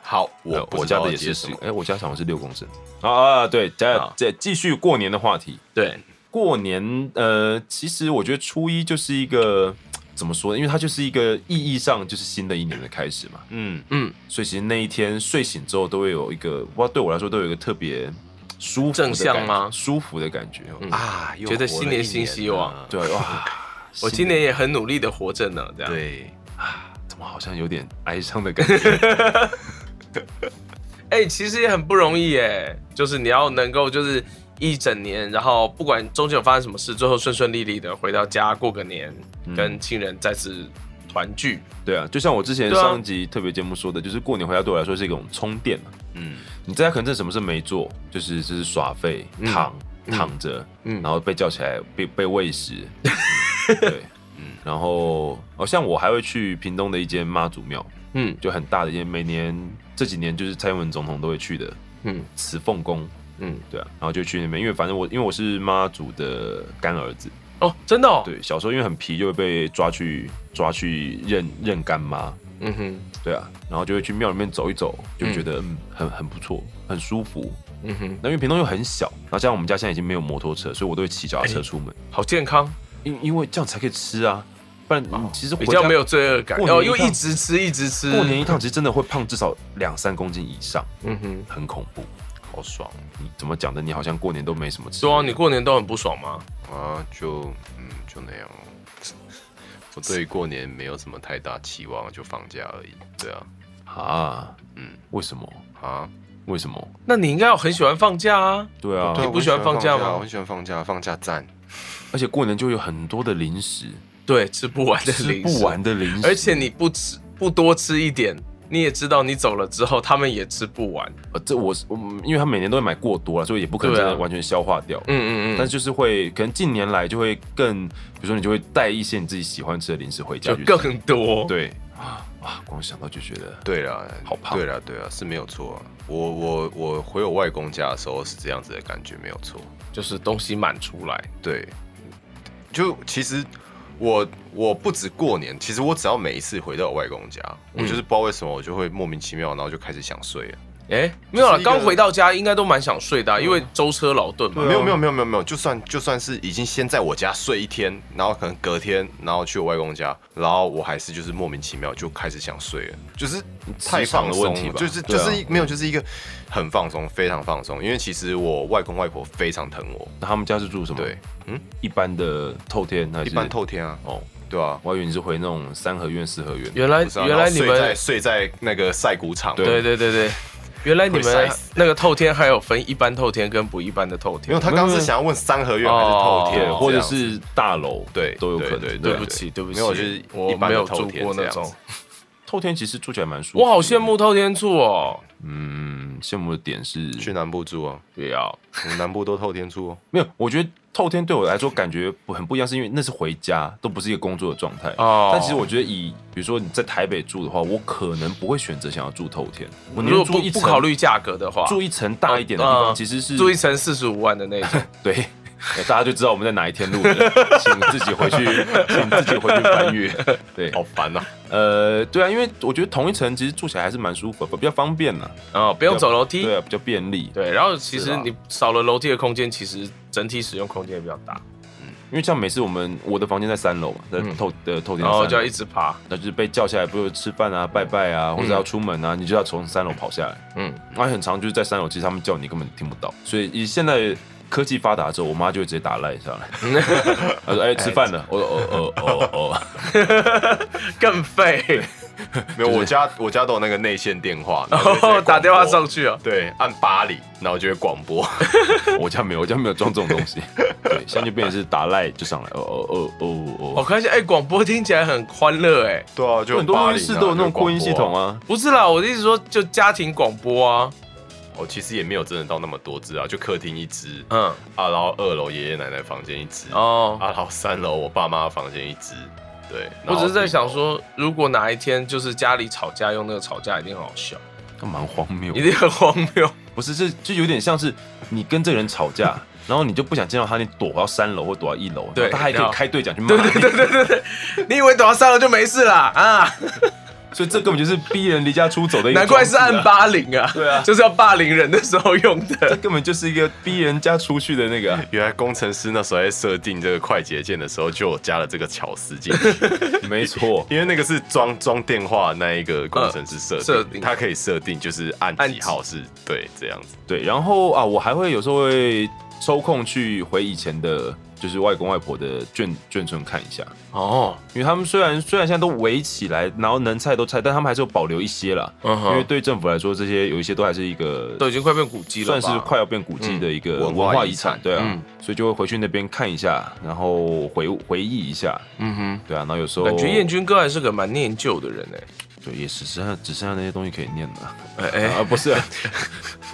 [SPEAKER 3] 好，
[SPEAKER 5] 呃
[SPEAKER 3] 我
[SPEAKER 4] 我
[SPEAKER 3] 不知
[SPEAKER 4] 家
[SPEAKER 3] 道
[SPEAKER 4] 的也
[SPEAKER 3] 接
[SPEAKER 4] 是
[SPEAKER 3] 什
[SPEAKER 4] 十
[SPEAKER 3] 么，
[SPEAKER 4] 哎、我家好像是六公升。啊啊，对，再
[SPEAKER 5] 好
[SPEAKER 4] 再继续过年的话题。
[SPEAKER 5] 对，
[SPEAKER 4] 过年，呃，其实我觉得初一就是一个怎么说呢？因为它就是一个意义上就是新的一年的开始嘛，
[SPEAKER 3] 嗯，
[SPEAKER 5] 嗯，
[SPEAKER 4] 所以其实那一天睡醒之后都会有一个，哇，对我来说都有一个特别舒服的
[SPEAKER 5] 正向
[SPEAKER 4] 感觉
[SPEAKER 5] 吗
[SPEAKER 4] 舒服的感觉。嗯、
[SPEAKER 3] 啊，又
[SPEAKER 5] 觉得
[SPEAKER 3] 活了
[SPEAKER 5] 新年
[SPEAKER 3] 一啊
[SPEAKER 5] 新希
[SPEAKER 3] 了
[SPEAKER 5] 望
[SPEAKER 4] 对哇，
[SPEAKER 5] 我今年也很努力的活着呢，这样，
[SPEAKER 3] 对，
[SPEAKER 4] 怎么好像有点哀伤的感 觉？
[SPEAKER 5] 哎、其实也很不容易哎，就是你要能够就是一整年，然后不管中间有发生什么事，最后顺顺利利的回到家过个年，
[SPEAKER 4] 嗯
[SPEAKER 5] 跟亲人再次团聚。
[SPEAKER 4] 对啊，就像我之前
[SPEAKER 5] 对啊
[SPEAKER 4] 上一集特别节目说的，就是过年回家对我来说是一种充电嘛。
[SPEAKER 3] 嗯，
[SPEAKER 4] 你在家可能真的什么事没做，就是就是耍废
[SPEAKER 5] 嗯
[SPEAKER 4] 躺、躺着，然后被叫起来被被喂 食，对，
[SPEAKER 5] 嗯
[SPEAKER 4] 然后好、哦、像我还会去屏东的一间妈祖庙，
[SPEAKER 5] 嗯
[SPEAKER 4] 就很大的一间，每年这几年就是蔡英文总统都会去的
[SPEAKER 5] 嗯
[SPEAKER 4] 慈凤宫，
[SPEAKER 5] 嗯，
[SPEAKER 4] 对啊，然后就去那边，因为反正我因为我是妈祖的干儿子，
[SPEAKER 5] 哦，真的哦，
[SPEAKER 4] 对，小时候因为很皮就会被抓去抓去认认干妈，
[SPEAKER 5] 嗯哼，
[SPEAKER 4] 对啊，然后就会去庙里面走一走，就觉得嗯很很不错，很舒服，
[SPEAKER 5] 嗯哼，
[SPEAKER 4] 那因为屏东又很小，然后加上我们家现在已经没有摩托车，所以我都会骑脚踏车出门，
[SPEAKER 5] 好健康，
[SPEAKER 4] 因因为这样才可以吃啊，不然你其实回
[SPEAKER 5] 哦比
[SPEAKER 4] 家
[SPEAKER 5] 较没有罪恶感，
[SPEAKER 4] 过年
[SPEAKER 5] 哦，
[SPEAKER 4] 一
[SPEAKER 5] 又
[SPEAKER 4] 趟
[SPEAKER 5] 一直吃一直吃。
[SPEAKER 4] 过年一趟，其实真的会胖至少两三公斤以上，
[SPEAKER 5] 嗯哼，
[SPEAKER 4] 很恐怖。
[SPEAKER 3] 好爽
[SPEAKER 4] 你怎么讲的？你好像过年都没什么吃。
[SPEAKER 5] 对啊，你过年都很不爽吗？
[SPEAKER 3] 啊！就嗯，就那样。我对于过年没有什么太大期望，就放假而已。对啊，
[SPEAKER 4] 啊，
[SPEAKER 3] 嗯
[SPEAKER 4] 为什么？
[SPEAKER 3] 啊，
[SPEAKER 4] 为什么？
[SPEAKER 5] 那你应该要很喜欢放假啊。
[SPEAKER 4] 对啊，
[SPEAKER 3] 对
[SPEAKER 5] 你
[SPEAKER 3] 我
[SPEAKER 5] 不
[SPEAKER 3] 很
[SPEAKER 5] 喜欢放假吗
[SPEAKER 3] 我很喜欢放假，放假赞。
[SPEAKER 4] 而且过年就有很多的零食，
[SPEAKER 5] 对，吃不完的
[SPEAKER 4] 吃
[SPEAKER 5] 零食
[SPEAKER 4] 不完，的零食，
[SPEAKER 5] 而且你不吃不多吃一点，你也知道你走了之后他们也吃不完。
[SPEAKER 4] 呃这我是我因为他每年都会买过多了，所以也不可能真
[SPEAKER 5] 对啊
[SPEAKER 4] 的完全消化掉。
[SPEAKER 5] 嗯嗯嗯，
[SPEAKER 4] 但是就是会，可能近年来就会更，比如说你就会带一些你自己喜欢吃的零食回家
[SPEAKER 5] 就
[SPEAKER 4] 去吃，
[SPEAKER 5] 更多。
[SPEAKER 4] 对啊哇，光想到就觉得
[SPEAKER 3] 对啦，
[SPEAKER 4] 好胖
[SPEAKER 3] 对啦，对啦，是没有错、啊。我我我回我外公家的时候是这样子的感觉，没有错。
[SPEAKER 5] 就是东西满出来。
[SPEAKER 3] 对，就其实我我不止过年，其实我只要每一次回到我外公家，我
[SPEAKER 5] 嗯
[SPEAKER 3] 就是不知道为什么我就会莫名其妙，然后就开始想睡了。
[SPEAKER 5] 哎，没有了，
[SPEAKER 3] 就是一个
[SPEAKER 5] 刚回到家应该都蛮想睡的啊、因为舟车劳顿嘛。
[SPEAKER 3] 没有没有没有没有没有，就算就算是已经先在我家睡一天，然后可能隔天，然后去我外公家，然后我还是就是莫名其妙就开始想睡了，就是太放
[SPEAKER 4] 磁场的
[SPEAKER 3] 松
[SPEAKER 4] 问
[SPEAKER 3] 了
[SPEAKER 4] 题吧
[SPEAKER 3] 就是
[SPEAKER 4] 对
[SPEAKER 3] 就
[SPEAKER 4] 啊
[SPEAKER 3] 是一没有就是一个很放松，非常放松，因为其实我外公外婆非常疼我，
[SPEAKER 4] 那他们家是住什么？嗯
[SPEAKER 3] 对，
[SPEAKER 5] 嗯
[SPEAKER 4] 一般的透天还是
[SPEAKER 3] 一般透天啊，
[SPEAKER 4] 哦，
[SPEAKER 3] 对啊。
[SPEAKER 4] 我还以为你是回那种三合院、四合院。
[SPEAKER 5] 原来
[SPEAKER 3] 不是啊
[SPEAKER 5] 原
[SPEAKER 3] 然后
[SPEAKER 5] 来你
[SPEAKER 3] 睡在
[SPEAKER 5] 们
[SPEAKER 3] 睡在那个晒谷场，
[SPEAKER 4] 对
[SPEAKER 5] 对对对对，原来你
[SPEAKER 3] 会
[SPEAKER 5] 们
[SPEAKER 3] 塞死
[SPEAKER 5] 那个透天还有分一般透天跟不一般的透
[SPEAKER 3] 没有
[SPEAKER 5] 天。
[SPEAKER 3] 他刚刚是想要问三合院还是透天，
[SPEAKER 5] 哦
[SPEAKER 3] 这
[SPEAKER 4] 对，
[SPEAKER 3] 样
[SPEAKER 4] 或者是大楼，
[SPEAKER 3] 对
[SPEAKER 4] 都有可能。
[SPEAKER 3] 对对
[SPEAKER 5] 对
[SPEAKER 3] 啊
[SPEAKER 5] 不起对不起，
[SPEAKER 3] 没有就是
[SPEAKER 5] 我
[SPEAKER 3] 一般
[SPEAKER 5] 没
[SPEAKER 3] 的
[SPEAKER 5] 有
[SPEAKER 3] 透
[SPEAKER 5] 住
[SPEAKER 3] 天
[SPEAKER 5] 过那
[SPEAKER 3] 这样
[SPEAKER 5] 种
[SPEAKER 3] 子，
[SPEAKER 4] 透天其实住起来蛮舒服。
[SPEAKER 5] 我好羡，慕透天处哦。
[SPEAKER 4] 嗯，羡慕的点是
[SPEAKER 3] 去南部住啊，
[SPEAKER 5] 不要，
[SPEAKER 3] 我们南部都透天住哦。
[SPEAKER 4] 没有，我觉得透天对我来说感觉不很不一样，是因为那是回家，都不是一个工作的状态。
[SPEAKER 5] 哦
[SPEAKER 4] 但其实我觉得以，比如说你在台北住的话，我可能不会选择想要住透天，我宁
[SPEAKER 5] 如
[SPEAKER 4] 愿
[SPEAKER 5] 果
[SPEAKER 4] 住
[SPEAKER 5] 不
[SPEAKER 4] 一
[SPEAKER 5] 不
[SPEAKER 4] 层
[SPEAKER 5] 考虑价格的话，
[SPEAKER 4] 住一层大一点的地方，
[SPEAKER 5] 嗯
[SPEAKER 4] 其实是
[SPEAKER 5] 住一层四十五万的那种。
[SPEAKER 4] 对。 大家就知道我们在哪一天录的， 请自己回去， 请自己回去翻 阅。对，
[SPEAKER 3] 好烦啊！
[SPEAKER 4] 呃，对啊，因为我觉得同一层其实住起来还是蛮舒服的，比较方便呐、
[SPEAKER 5] 哦，不用走楼梯。
[SPEAKER 4] 对啊，比较便利。
[SPEAKER 5] 对，然后其
[SPEAKER 4] 是
[SPEAKER 5] 实
[SPEAKER 4] 啦
[SPEAKER 5] 你少了楼梯的空间，其实整体使用空间也比较大，
[SPEAKER 4] 因为像每次我们我的房间在三楼嘛，在透的、透天，
[SPEAKER 5] 然后就要一，直爬。
[SPEAKER 4] 那就是被叫下来，不是吃饭啊、拜拜啊，或者要出门啊，你就要从三楼跑下来。
[SPEAKER 5] 嗯，
[SPEAKER 4] 而且很长就是在三楼，其实他们叫你根本听不到。所以以现在科技发达之后，我妈就会直接打赖 下来，她 说：“哎、吃饭了。”我说：“哦哦哦哦。
[SPEAKER 5] 更 废，
[SPEAKER 3] 没有，我家我家都有那个内线电话，然后
[SPEAKER 5] 然
[SPEAKER 3] 就直接
[SPEAKER 5] 后
[SPEAKER 3] 广播
[SPEAKER 5] 打电话上去哦。
[SPEAKER 3] 对，按八零，然后就会广播。
[SPEAKER 4] 我家没有，我家没有装这种东西。对，现在就变成是打赖就上来，哦哦哦哦哦。
[SPEAKER 5] 我看一下，哎，广播听起来很欢乐，哎，
[SPEAKER 3] 对啊，就
[SPEAKER 4] 很多
[SPEAKER 3] 80
[SPEAKER 4] 温室都有那种扩音系统
[SPEAKER 3] 啊。
[SPEAKER 4] 啊。
[SPEAKER 5] 不是啦，我的意思说就家庭广播啊，
[SPEAKER 3] 我哦其实也没有真的到那么多只啊，就客厅一只
[SPEAKER 5] 嗯，
[SPEAKER 3] 啊，然后二楼爷爷奶奶房间一只啊，
[SPEAKER 5] 哦，
[SPEAKER 3] 然后三楼我爸妈房间一只。对，
[SPEAKER 5] 我
[SPEAKER 3] 然后
[SPEAKER 5] 只是在想说，如果哪一天就是家里吵架用那个吵架，一定很好笑，
[SPEAKER 4] 那蛮荒谬的
[SPEAKER 5] 一，定很荒谬。
[SPEAKER 4] 不是这就有点像是你跟这个人吵架，然后你就不想见到他，你躲到三楼或躲到一楼，
[SPEAKER 5] 对
[SPEAKER 4] 然后他还可
[SPEAKER 5] 然
[SPEAKER 4] 以
[SPEAKER 5] 后
[SPEAKER 4] 开对讲去骂你，
[SPEAKER 5] 你以为躲到三楼就没事啦啊？
[SPEAKER 4] 所以这根本就是逼人离家出走的一个、
[SPEAKER 5] 难怪是按，霸凌 啊，
[SPEAKER 4] 对啊
[SPEAKER 5] 就是要霸凌人的时候用
[SPEAKER 4] 这
[SPEAKER 5] 的。
[SPEAKER 4] 根本就是一个逼人家出去的那个啊、
[SPEAKER 3] 原来工程师那时候在设定这个快捷键的时候，就有加了这个巧思进去，
[SPEAKER 4] 没错。
[SPEAKER 3] 因为那个是装装电话那一个工程师设定，
[SPEAKER 5] 呃设定
[SPEAKER 3] 他可以设定就是按
[SPEAKER 5] 按
[SPEAKER 3] 几号是对这样子。
[SPEAKER 4] 对，然后啊，我还会有时候会抽空去回以前的，就是外公外婆的眷眷村看一下。
[SPEAKER 5] 哦，
[SPEAKER 4] 因为他们虽然虽然现在都围起来，然后能拆都拆，但他们还是有保留一些啦。
[SPEAKER 5] 嗯哼
[SPEAKER 4] 因为对政府来说，这些有一些都还是一个
[SPEAKER 5] 都已经快变古迹了吧，
[SPEAKER 4] 算是快要变古迹的一个
[SPEAKER 3] 嗯文
[SPEAKER 4] 文
[SPEAKER 3] 化
[SPEAKER 4] 化
[SPEAKER 3] 遗
[SPEAKER 4] 遗产
[SPEAKER 3] 产，
[SPEAKER 4] 对啊
[SPEAKER 5] 嗯，
[SPEAKER 4] 所以就会回去那边看一下，然后回回忆一下，
[SPEAKER 5] 嗯哼。
[SPEAKER 4] 对啊，然后有时候
[SPEAKER 5] 感觉彦军哥还是个蛮念旧的人欸
[SPEAKER 4] 对也只剩下只剩下那些东西可以念了
[SPEAKER 5] 哎、哎哎，
[SPEAKER 4] 啊，不是啊，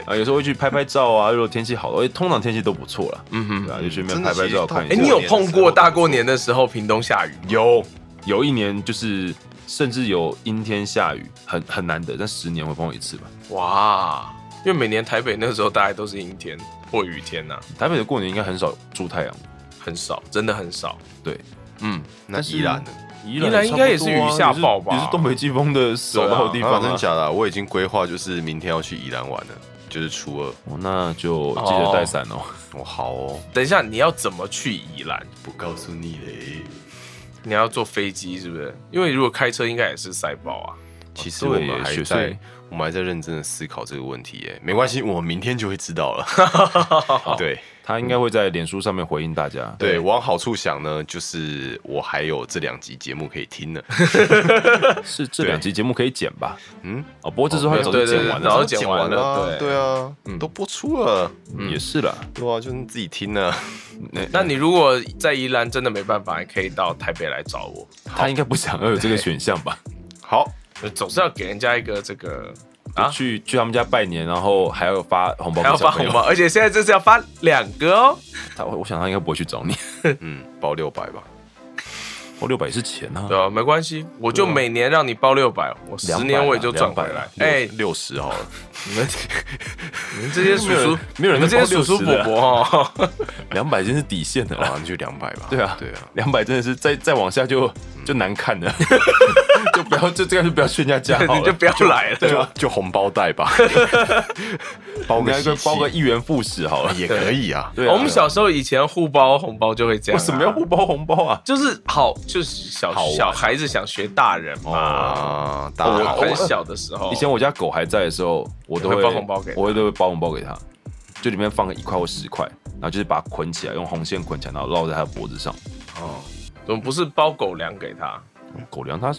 [SPEAKER 4] 啊有时候会去拍拍照啊，如果天气好，而且通常天气都不错啦，
[SPEAKER 5] 嗯哼，
[SPEAKER 4] 对啊，就去那
[SPEAKER 3] 真
[SPEAKER 4] 边
[SPEAKER 3] 的
[SPEAKER 4] 拍拍
[SPEAKER 3] 其实
[SPEAKER 4] 照
[SPEAKER 3] 到
[SPEAKER 4] 看一
[SPEAKER 5] 哎、
[SPEAKER 4] 下
[SPEAKER 5] 你。有碰过大过年的时候屏东下雨吗？
[SPEAKER 4] 有有一年就是甚至有阴天下雨，很很难得，但十年会碰到一次吧。
[SPEAKER 5] 哇，因为每年台北那时候大概都是阴天或雨天呐、
[SPEAKER 4] 台北的过年应该很少出太阳，
[SPEAKER 5] 很少，真的很少。
[SPEAKER 4] 对。
[SPEAKER 5] 嗯，
[SPEAKER 3] 那
[SPEAKER 4] 是
[SPEAKER 3] 依然呢？
[SPEAKER 4] 宜
[SPEAKER 5] 兰应该也是
[SPEAKER 4] 差不多啊
[SPEAKER 5] 雨下暴吧
[SPEAKER 4] 也是也是东北季风的首到的地方、
[SPEAKER 3] 啊真的假的啊、我已经规划就是明天要去宜兰玩了，就是初二。
[SPEAKER 4] 哦，那就记得带伞哦。
[SPEAKER 3] 我、好哦，
[SPEAKER 5] 等一下你要怎么去宜兰？
[SPEAKER 3] 不告诉你嘞。
[SPEAKER 5] 你要坐飞机是不是？因为如果开车应该也是塞爆啊。
[SPEAKER 3] 其实我
[SPEAKER 4] 哦对
[SPEAKER 3] 们
[SPEAKER 4] 耶
[SPEAKER 3] 还
[SPEAKER 4] 雪
[SPEAKER 3] 在
[SPEAKER 4] 穗，
[SPEAKER 3] 我们还在认真的思考这个问题耶。没关系，我们明天就会知道了。 对
[SPEAKER 4] 他应该会在脸书上面回应大家。
[SPEAKER 3] 对，往好处想呢，就是我还有这两集节目可以 听呢。
[SPEAKER 4] 是这两集节目可以剪吧？
[SPEAKER 3] 嗯，
[SPEAKER 4] 哦，不过这时候他早就
[SPEAKER 5] 对对
[SPEAKER 4] 剪
[SPEAKER 5] 对
[SPEAKER 4] 完
[SPEAKER 5] 然后
[SPEAKER 4] 了，
[SPEAKER 5] 剪完了
[SPEAKER 3] 对啊，都播出了，
[SPEAKER 4] 嗯也是啦。
[SPEAKER 3] 对啊，就是你自己听呢。
[SPEAKER 5] 那你如果在宜兰真的没办法，也可以到台北来找我。
[SPEAKER 4] 他应该不想要有这个选项吧？
[SPEAKER 3] 好，
[SPEAKER 5] 总是要给人家一个这个
[SPEAKER 4] 就
[SPEAKER 5] 啊，
[SPEAKER 4] 去去他们家拜年，然后还要发红包，
[SPEAKER 5] 还要发红包，。而且现在这是要发两个哦。
[SPEAKER 4] 他我我想他应该不会去找你，
[SPEAKER 3] 嗯，包六百吧。
[SPEAKER 4] 我六百也是钱啊
[SPEAKER 5] 对。啊，没关系，我就每年让你包六百，我十
[SPEAKER 4] 200
[SPEAKER 5] 年我也就
[SPEAKER 4] 啊
[SPEAKER 5] 赚回
[SPEAKER 4] 200
[SPEAKER 5] 来
[SPEAKER 4] 啊。
[SPEAKER 5] 哎，
[SPEAKER 3] 六十好了，
[SPEAKER 4] 你们
[SPEAKER 5] 你们这些叔
[SPEAKER 4] 没有
[SPEAKER 5] 叔
[SPEAKER 4] 人，没有人
[SPEAKER 5] 你们这些
[SPEAKER 4] 能够
[SPEAKER 5] 叔
[SPEAKER 4] 60
[SPEAKER 5] 叔伯
[SPEAKER 4] 的
[SPEAKER 5] 伯哦，
[SPEAKER 4] 两百真是底线的
[SPEAKER 3] 好啦，
[SPEAKER 4] 啦。
[SPEAKER 3] 那就两百吧。
[SPEAKER 4] 对啊，
[SPEAKER 3] 对啊，
[SPEAKER 4] 两百真的是再再往下
[SPEAKER 5] 嗯
[SPEAKER 4] 就就难看了， 就不要就这样就不要劝人家价好了，
[SPEAKER 5] 你就不要来了。
[SPEAKER 4] 对
[SPEAKER 3] 就
[SPEAKER 4] 啊
[SPEAKER 3] 就红包袋 吧，包
[SPEAKER 4] 你
[SPEAKER 3] 个
[SPEAKER 4] 还
[SPEAKER 3] 喜
[SPEAKER 4] 个
[SPEAKER 3] 气
[SPEAKER 4] 包个一元复始好了。
[SPEAKER 3] 也可以啊。
[SPEAKER 4] 对啊，啊
[SPEAKER 5] 我们小时候以前互包红包就会这
[SPEAKER 4] 为
[SPEAKER 5] 样、啊
[SPEAKER 4] 什么要互？包红包啊？
[SPEAKER 5] 就是好，就是小
[SPEAKER 4] 好玩啊
[SPEAKER 5] 小孩子想学大人嘛。
[SPEAKER 3] 啊，大
[SPEAKER 5] 我
[SPEAKER 3] 家好
[SPEAKER 5] 很小的时候，
[SPEAKER 4] 以前我家狗还在的时候，我都
[SPEAKER 5] 会
[SPEAKER 4] 会
[SPEAKER 5] 包红包给它
[SPEAKER 4] 我都会包红包给它，就里面放个一块或十块，然后就是把它捆起来，用红线捆起来，然后绕在它的脖子上。
[SPEAKER 5] 我们不是包狗粮给他，
[SPEAKER 4] 狗粮它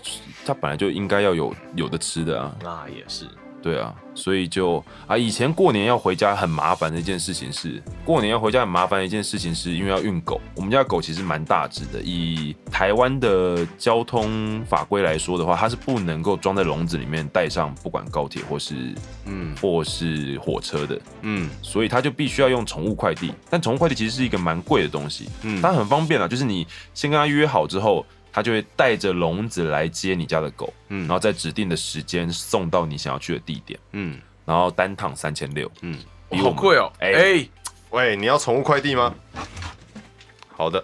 [SPEAKER 4] 它本来就应该要有有的吃的啊，
[SPEAKER 5] 那也是
[SPEAKER 4] 对啊，所以就啊，以前过年要回家很麻烦的一件事情是，过年要回家很麻烦的一件事情是因为要运狗。我们家的狗其实蛮大只的，以台湾的交通法规来说的话，它是不能够装在笼子里面带上，不管高铁或是
[SPEAKER 3] 嗯
[SPEAKER 4] 或是火车的。
[SPEAKER 3] 嗯
[SPEAKER 4] 所以它就必须要用宠物快递。但宠物快递其实是一个蛮贵的东西，
[SPEAKER 3] 嗯
[SPEAKER 4] 它很方便啊，就是你先跟他约好之后，他就会带着笼子来接你家的狗，
[SPEAKER 3] 嗯
[SPEAKER 4] 然后在指定的时间送到你想要去的地点，
[SPEAKER 3] 嗯
[SPEAKER 4] 然后单趟三千六，
[SPEAKER 3] 嗯。
[SPEAKER 4] 比我
[SPEAKER 5] 好
[SPEAKER 4] 们
[SPEAKER 5] 贵哦。哎、
[SPEAKER 4] 哎
[SPEAKER 3] 喂，你要宠物快递吗？好的。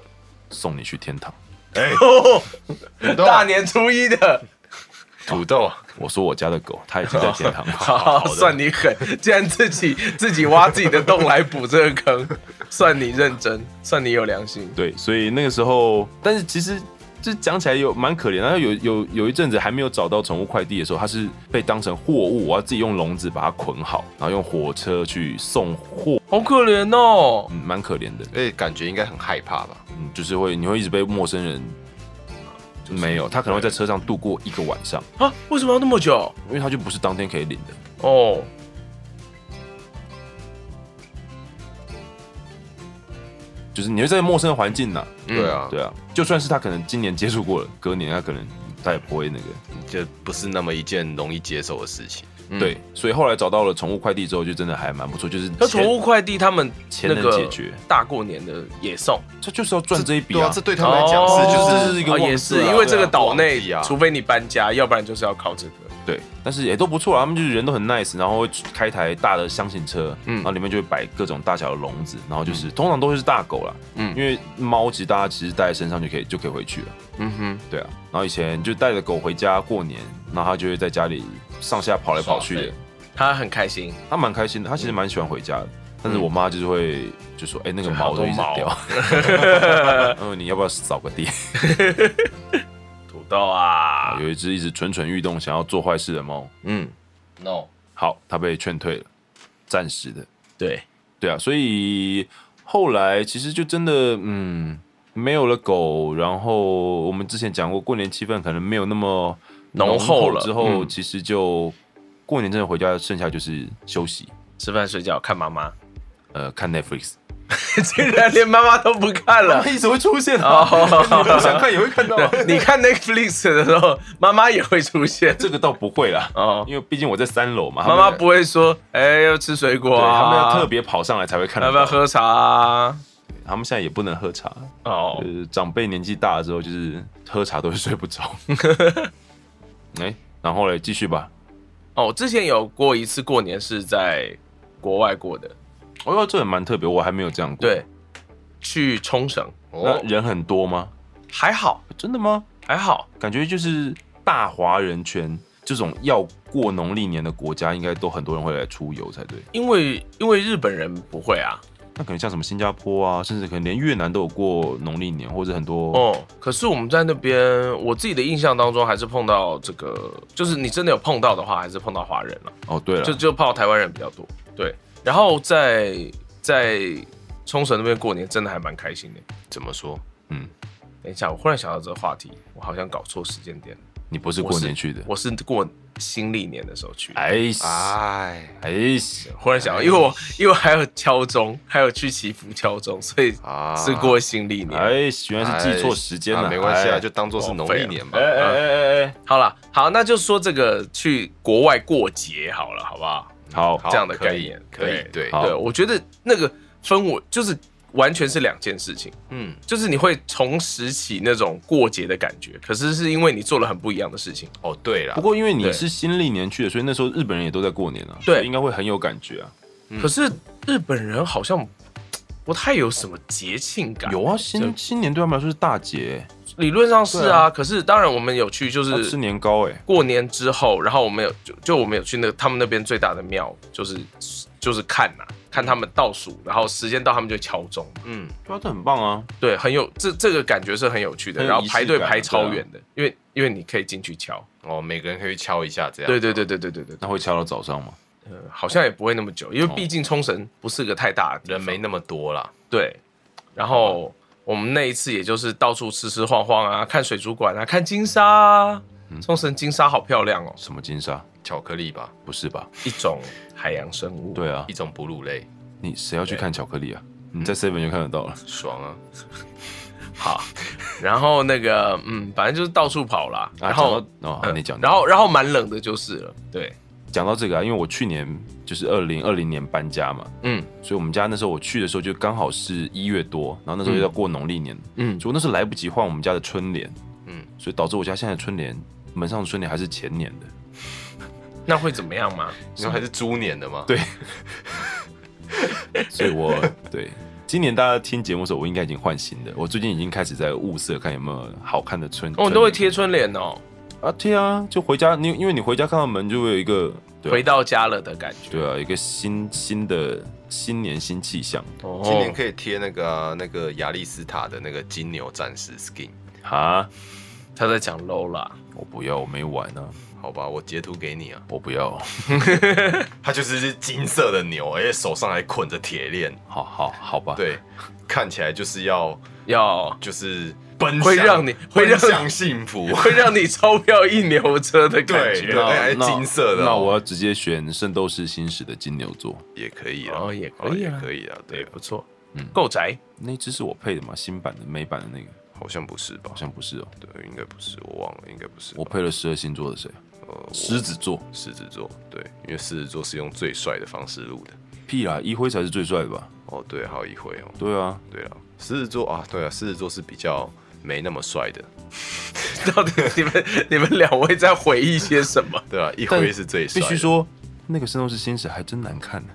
[SPEAKER 4] 送你去天堂。
[SPEAKER 3] 哎，土
[SPEAKER 4] 啊
[SPEAKER 3] 豆，
[SPEAKER 5] 大年初一的，
[SPEAKER 3] 土豆，
[SPEAKER 4] 我说我家的狗，它已经在天 堂了。
[SPEAKER 5] 好算你狠，竟然自己自己挖自己的洞来补这个坑， 算你认真，算你有良心。
[SPEAKER 4] 对，所以那个时候，但是其实这讲起来有蛮可怜的。然后有有有一阵子还没有找到宠物快递的时候，它是被当成货物，我要自己用笼子把它捆好，然后用火车去送货，
[SPEAKER 5] 好可怜哦，
[SPEAKER 4] 嗯，蛮可怜的。
[SPEAKER 3] 哎，感觉应该很害怕吧？
[SPEAKER 4] 嗯，就是会你会一直被陌生人。没有，他可能会在车上度过一个晚上，
[SPEAKER 5] 啊，为什么要那么久？
[SPEAKER 4] 因为他就不是当天可以领的。
[SPEAKER 5] 哦，
[SPEAKER 4] 就是你会在陌生的环境呐、
[SPEAKER 3] 对啊，
[SPEAKER 4] 对啊，就算是他可能今年接触过了，隔年他可能他也不会那个。
[SPEAKER 3] 这不是那么一件容易接受的事情。嗯
[SPEAKER 4] 对，所以后来找到了宠物快递之后，就真的还蛮不错，就是
[SPEAKER 5] 那宠物快递他们
[SPEAKER 4] 钱
[SPEAKER 5] 那
[SPEAKER 4] 能解
[SPEAKER 5] 个
[SPEAKER 4] 决，
[SPEAKER 5] 大过年的也送，
[SPEAKER 4] 他就是要赚这一笔
[SPEAKER 3] 对啊，
[SPEAKER 4] 啊。
[SPEAKER 3] 这对他们来讲
[SPEAKER 5] 哦
[SPEAKER 3] 是
[SPEAKER 4] 这
[SPEAKER 3] 就是是
[SPEAKER 4] 一个
[SPEAKER 5] 哦
[SPEAKER 4] 旺季啊
[SPEAKER 5] 也是因为这个岛内
[SPEAKER 3] 对啊，
[SPEAKER 5] 除非你搬家，要不然就是要靠这个。
[SPEAKER 4] 对，但是也都不错啊，他们就是人都很 nice，然后会开台大的箱型车，
[SPEAKER 3] 嗯
[SPEAKER 4] 然后里面就会摆各种大小的笼子，然后就是、通常都会是大狗啦，
[SPEAKER 3] 嗯
[SPEAKER 4] 因为猫其实大家其实带在身上就可以就可以回去了，
[SPEAKER 3] 嗯哼，
[SPEAKER 4] 对啊，然后以前就带着狗回家过年，然后它就会在家里上下跑来跑去
[SPEAKER 5] 耍
[SPEAKER 4] 的
[SPEAKER 5] 废，嗯他很开心，
[SPEAKER 4] 它蛮开心的，它其实蛮喜欢回家的，但
[SPEAKER 5] 嗯
[SPEAKER 4] 是我妈就是会就说，哎、那个毛都一直掉， 嗯，你要不要扫个地？
[SPEAKER 5] 土豆 啊
[SPEAKER 4] 有一只一直蠢蠢欲动想要做坏事的猫，
[SPEAKER 3] 嗯，
[SPEAKER 5] ，no，
[SPEAKER 4] 好，它被劝退了，暂时的。
[SPEAKER 5] 对，
[SPEAKER 4] 对啊，所以后来其实就真的，嗯，没有了狗，然后我们之前讲过，过年气氛可能没有那么
[SPEAKER 5] 浓
[SPEAKER 4] 浓
[SPEAKER 5] 厚
[SPEAKER 4] 厚
[SPEAKER 5] 了
[SPEAKER 4] 之后，
[SPEAKER 3] 嗯
[SPEAKER 4] 其实就过年真的回家，剩下就是休息，
[SPEAKER 5] 吃饭睡觉看妈妈，
[SPEAKER 4] 呃，看 Netflix。
[SPEAKER 5] 竟然连妈妈都不看了。
[SPEAKER 4] 一直会出现啊，
[SPEAKER 5] 哦，
[SPEAKER 4] 想看也会看到啊。
[SPEAKER 5] 你看 Netflix 的时候，妈妈也会出现
[SPEAKER 4] 这个倒不会啦，
[SPEAKER 5] 哦。
[SPEAKER 4] 因为毕竟我在三楼嘛，
[SPEAKER 5] 妈妈不会说，哎，要吃水果
[SPEAKER 4] 对，他
[SPEAKER 5] 啊，
[SPEAKER 4] 们要特，别跑上来才会看到。
[SPEAKER 5] 要不要？喝茶啊？
[SPEAKER 4] 他们现在也不能喝茶，
[SPEAKER 5] 哦
[SPEAKER 4] 呃，长辈年纪大了之后，就是喝茶都会睡不 着。哎，然后嘞，继续吧。
[SPEAKER 5] 哦，我之前有过一次过年是在国外过的，
[SPEAKER 4] 哦哟，这也蛮特别，我还没有这样过。
[SPEAKER 5] 对，，去冲绳，
[SPEAKER 4] 那
[SPEAKER 3] 哦，
[SPEAKER 4] 人很多吗？
[SPEAKER 5] 还好
[SPEAKER 4] 真的吗？
[SPEAKER 5] 还好，
[SPEAKER 4] 感觉就是大华人圈这种要过农历年的国家，应该都很多人会来出游才对。
[SPEAKER 5] 因为因为日本人不会啊，
[SPEAKER 4] 那可能像什么新加坡啊，甚至可能连越南都有过农历年，或者很多
[SPEAKER 5] 哦，可是我们在那边，我自己的印象当中还是碰到这个，就是你真的有碰到的话，还是碰到华人了、
[SPEAKER 4] 哦。对
[SPEAKER 5] 就
[SPEAKER 4] 了，
[SPEAKER 5] 就碰到台湾人比较多。对，然后在在冲绳那边过年真的还蛮开心的。
[SPEAKER 3] 怎么说？
[SPEAKER 4] 嗯，
[SPEAKER 5] 等一下，我忽然想到这个话题，我好像搞错时间点了。
[SPEAKER 4] 你不是
[SPEAKER 5] 我
[SPEAKER 4] 过年去的？
[SPEAKER 5] 我是啊过新历年的时候去的。
[SPEAKER 4] 哎
[SPEAKER 3] 哎，
[SPEAKER 4] 哎死，
[SPEAKER 5] 忽然想到，因为我
[SPEAKER 4] 哎
[SPEAKER 5] 因为还有敲钟， 还有去祈福敲钟，所以
[SPEAKER 3] 啊
[SPEAKER 5] 是过新历年。
[SPEAKER 4] 哎，原来是记错时间了，
[SPEAKER 3] 哎啊没关系啊，
[SPEAKER 4] 哎
[SPEAKER 3] 就当做是农历年吧
[SPEAKER 5] 啊
[SPEAKER 4] 哎。哎哎哎哎，
[SPEAKER 5] 好了，好，那就说这个去国外过节好了，好不好？
[SPEAKER 4] 好，
[SPEAKER 3] 好
[SPEAKER 5] 这样的
[SPEAKER 3] 可以
[SPEAKER 5] 概念
[SPEAKER 3] 可以
[SPEAKER 5] 对
[SPEAKER 3] 对，
[SPEAKER 4] 好
[SPEAKER 5] 对，我觉得那个氛围就是完全是两件事情。
[SPEAKER 4] 嗯，
[SPEAKER 5] 就是你会重拾起那种过节的感觉，可是是因为你做了很不一样的事情。
[SPEAKER 4] 哦，对啦，
[SPEAKER 5] 不
[SPEAKER 4] 不过因为你是新历年去的，所以那时候日本人也都在过年啊，
[SPEAKER 5] 对
[SPEAKER 4] 所以应该会很有感觉啊。
[SPEAKER 5] 可是日本人好像不太有什么节庆感，
[SPEAKER 4] 有啊，新新年对他们来说是大节，
[SPEAKER 5] 理论上是
[SPEAKER 4] 对
[SPEAKER 5] 啊。可是当然我们有去，就
[SPEAKER 4] 要
[SPEAKER 5] 是
[SPEAKER 4] 吃年糕哎，
[SPEAKER 5] 过年之后，然后我们有就就我们有去那个他们那边最大的庙，就是就是看呐、看他们倒数，然后时间到他们就敲钟，
[SPEAKER 4] 嗯，对啊，这很棒啊。
[SPEAKER 5] 对，很有这这个感觉是很有趣的。
[SPEAKER 4] 很有
[SPEAKER 5] 然后
[SPEAKER 4] 仪式
[SPEAKER 5] 排队
[SPEAKER 4] 感啊
[SPEAKER 5] 排超
[SPEAKER 4] 对啊
[SPEAKER 5] 远的，因为因为你可以进去敲，
[SPEAKER 3] 哦，每个人可以敲一下这样。
[SPEAKER 5] 对对对对对对对，
[SPEAKER 4] 那会敲到早上吗？
[SPEAKER 5] 呃，好像也不会那么久，因为毕竟冲绳不是个太大的地方
[SPEAKER 3] 人没那么多啦。
[SPEAKER 5] 对，然后我们那一次也就是到处吃吃晃晃啊，看水族馆啊，看金沙啊，冲绳金沙好漂亮哦，
[SPEAKER 4] 什么金沙？
[SPEAKER 3] 巧克力吧，
[SPEAKER 4] 不是吧？
[SPEAKER 5] 一种海洋生物。
[SPEAKER 4] 对啊
[SPEAKER 3] 一，种哺乳类，
[SPEAKER 4] 你谁要去看巧克力啊？你在 Seven 就看得到了。
[SPEAKER 3] 爽啊！
[SPEAKER 5] 好，然后那个嗯，反正就是到处跑啦，
[SPEAKER 4] 啊
[SPEAKER 5] 然后、
[SPEAKER 4] 讲到哦好
[SPEAKER 5] 嗯
[SPEAKER 4] 你讲
[SPEAKER 5] 然后然后蛮冷的就是了，对，
[SPEAKER 4] 讲到这个啊，因为我去年就是二零二零年搬家嘛，
[SPEAKER 5] 嗯
[SPEAKER 4] 所以我们家那时候我去的时候就刚好是一月多，然后那时候又要过农历年，
[SPEAKER 5] 嗯，
[SPEAKER 4] 所以我那时候来不及换我们家的春联，
[SPEAKER 3] 嗯
[SPEAKER 4] 嗯，所以导致我家现在的春联门上的春联还是前年的，
[SPEAKER 5] 那会怎么样吗？
[SPEAKER 3] 你们还是猪年的吗？
[SPEAKER 4] 对所以我对今年大家听节目的时候，我应该已经换新的，我最近已经开始在物色看有没有好看的春，
[SPEAKER 5] 哦，
[SPEAKER 4] 春
[SPEAKER 5] 你都会
[SPEAKER 4] 联
[SPEAKER 5] 贴春联哦，
[SPEAKER 4] 啊贴啊，就回家你因为你回家看到门就会有一个对啊
[SPEAKER 5] 回到家了的感觉。
[SPEAKER 4] 对啊一个新新的新年新气象
[SPEAKER 5] 哦
[SPEAKER 3] 今年可以贴那个啊、那个亚历斯塔的那个金牛战士 skin，
[SPEAKER 4] 啊，
[SPEAKER 5] 他在讲 low 啦，
[SPEAKER 4] 我不要我没玩啊，
[SPEAKER 3] 好吧，我截图给你啊。
[SPEAKER 4] 我不要，
[SPEAKER 3] 它就是只金色的牛，而且手上还捆着铁链，
[SPEAKER 4] 好好好吧，
[SPEAKER 3] 对，看起来就是要
[SPEAKER 5] 要
[SPEAKER 3] 就是奔向，
[SPEAKER 5] 会让你会让
[SPEAKER 3] 奔向幸福。
[SPEAKER 5] 会让你钞票一牛车的感
[SPEAKER 3] 对，
[SPEAKER 5] 觉。
[SPEAKER 3] 对，还是
[SPEAKER 4] 那
[SPEAKER 3] 金色的哦、
[SPEAKER 4] 那我要直接选《圣斗士星矢》的金牛座，
[SPEAKER 3] 也可以啊，
[SPEAKER 5] 哦也可以啊
[SPEAKER 3] 也可以啊，
[SPEAKER 5] 对，
[SPEAKER 3] 对，
[SPEAKER 5] 不错，嗯够宅。
[SPEAKER 4] 那只是我配的嘛，新版的美版的那个
[SPEAKER 3] 好像不是吧
[SPEAKER 4] 好？像不是哦，
[SPEAKER 3] 对，应该不是，我忘了，应该不是吧。
[SPEAKER 4] 我配了十二星座的谁？
[SPEAKER 3] 呃，
[SPEAKER 4] 狮子座，
[SPEAKER 3] 我狮子座，对，因为狮子座是用最帅的方式录的。
[SPEAKER 4] 屁啊，一辉才是最帅的吧？
[SPEAKER 3] 哦，对，还有一回哦，
[SPEAKER 4] 对啊，
[SPEAKER 3] 对了，狮子座啊，对啊，狮子座是比较没那么帅的，
[SPEAKER 5] 到底你们你们两位在回忆些什么？
[SPEAKER 3] 对啊，一
[SPEAKER 4] 但
[SPEAKER 3] 辉是最
[SPEAKER 4] 必
[SPEAKER 3] 帅的，
[SPEAKER 4] 须说那个《圣斗士星矢》还真难看呢、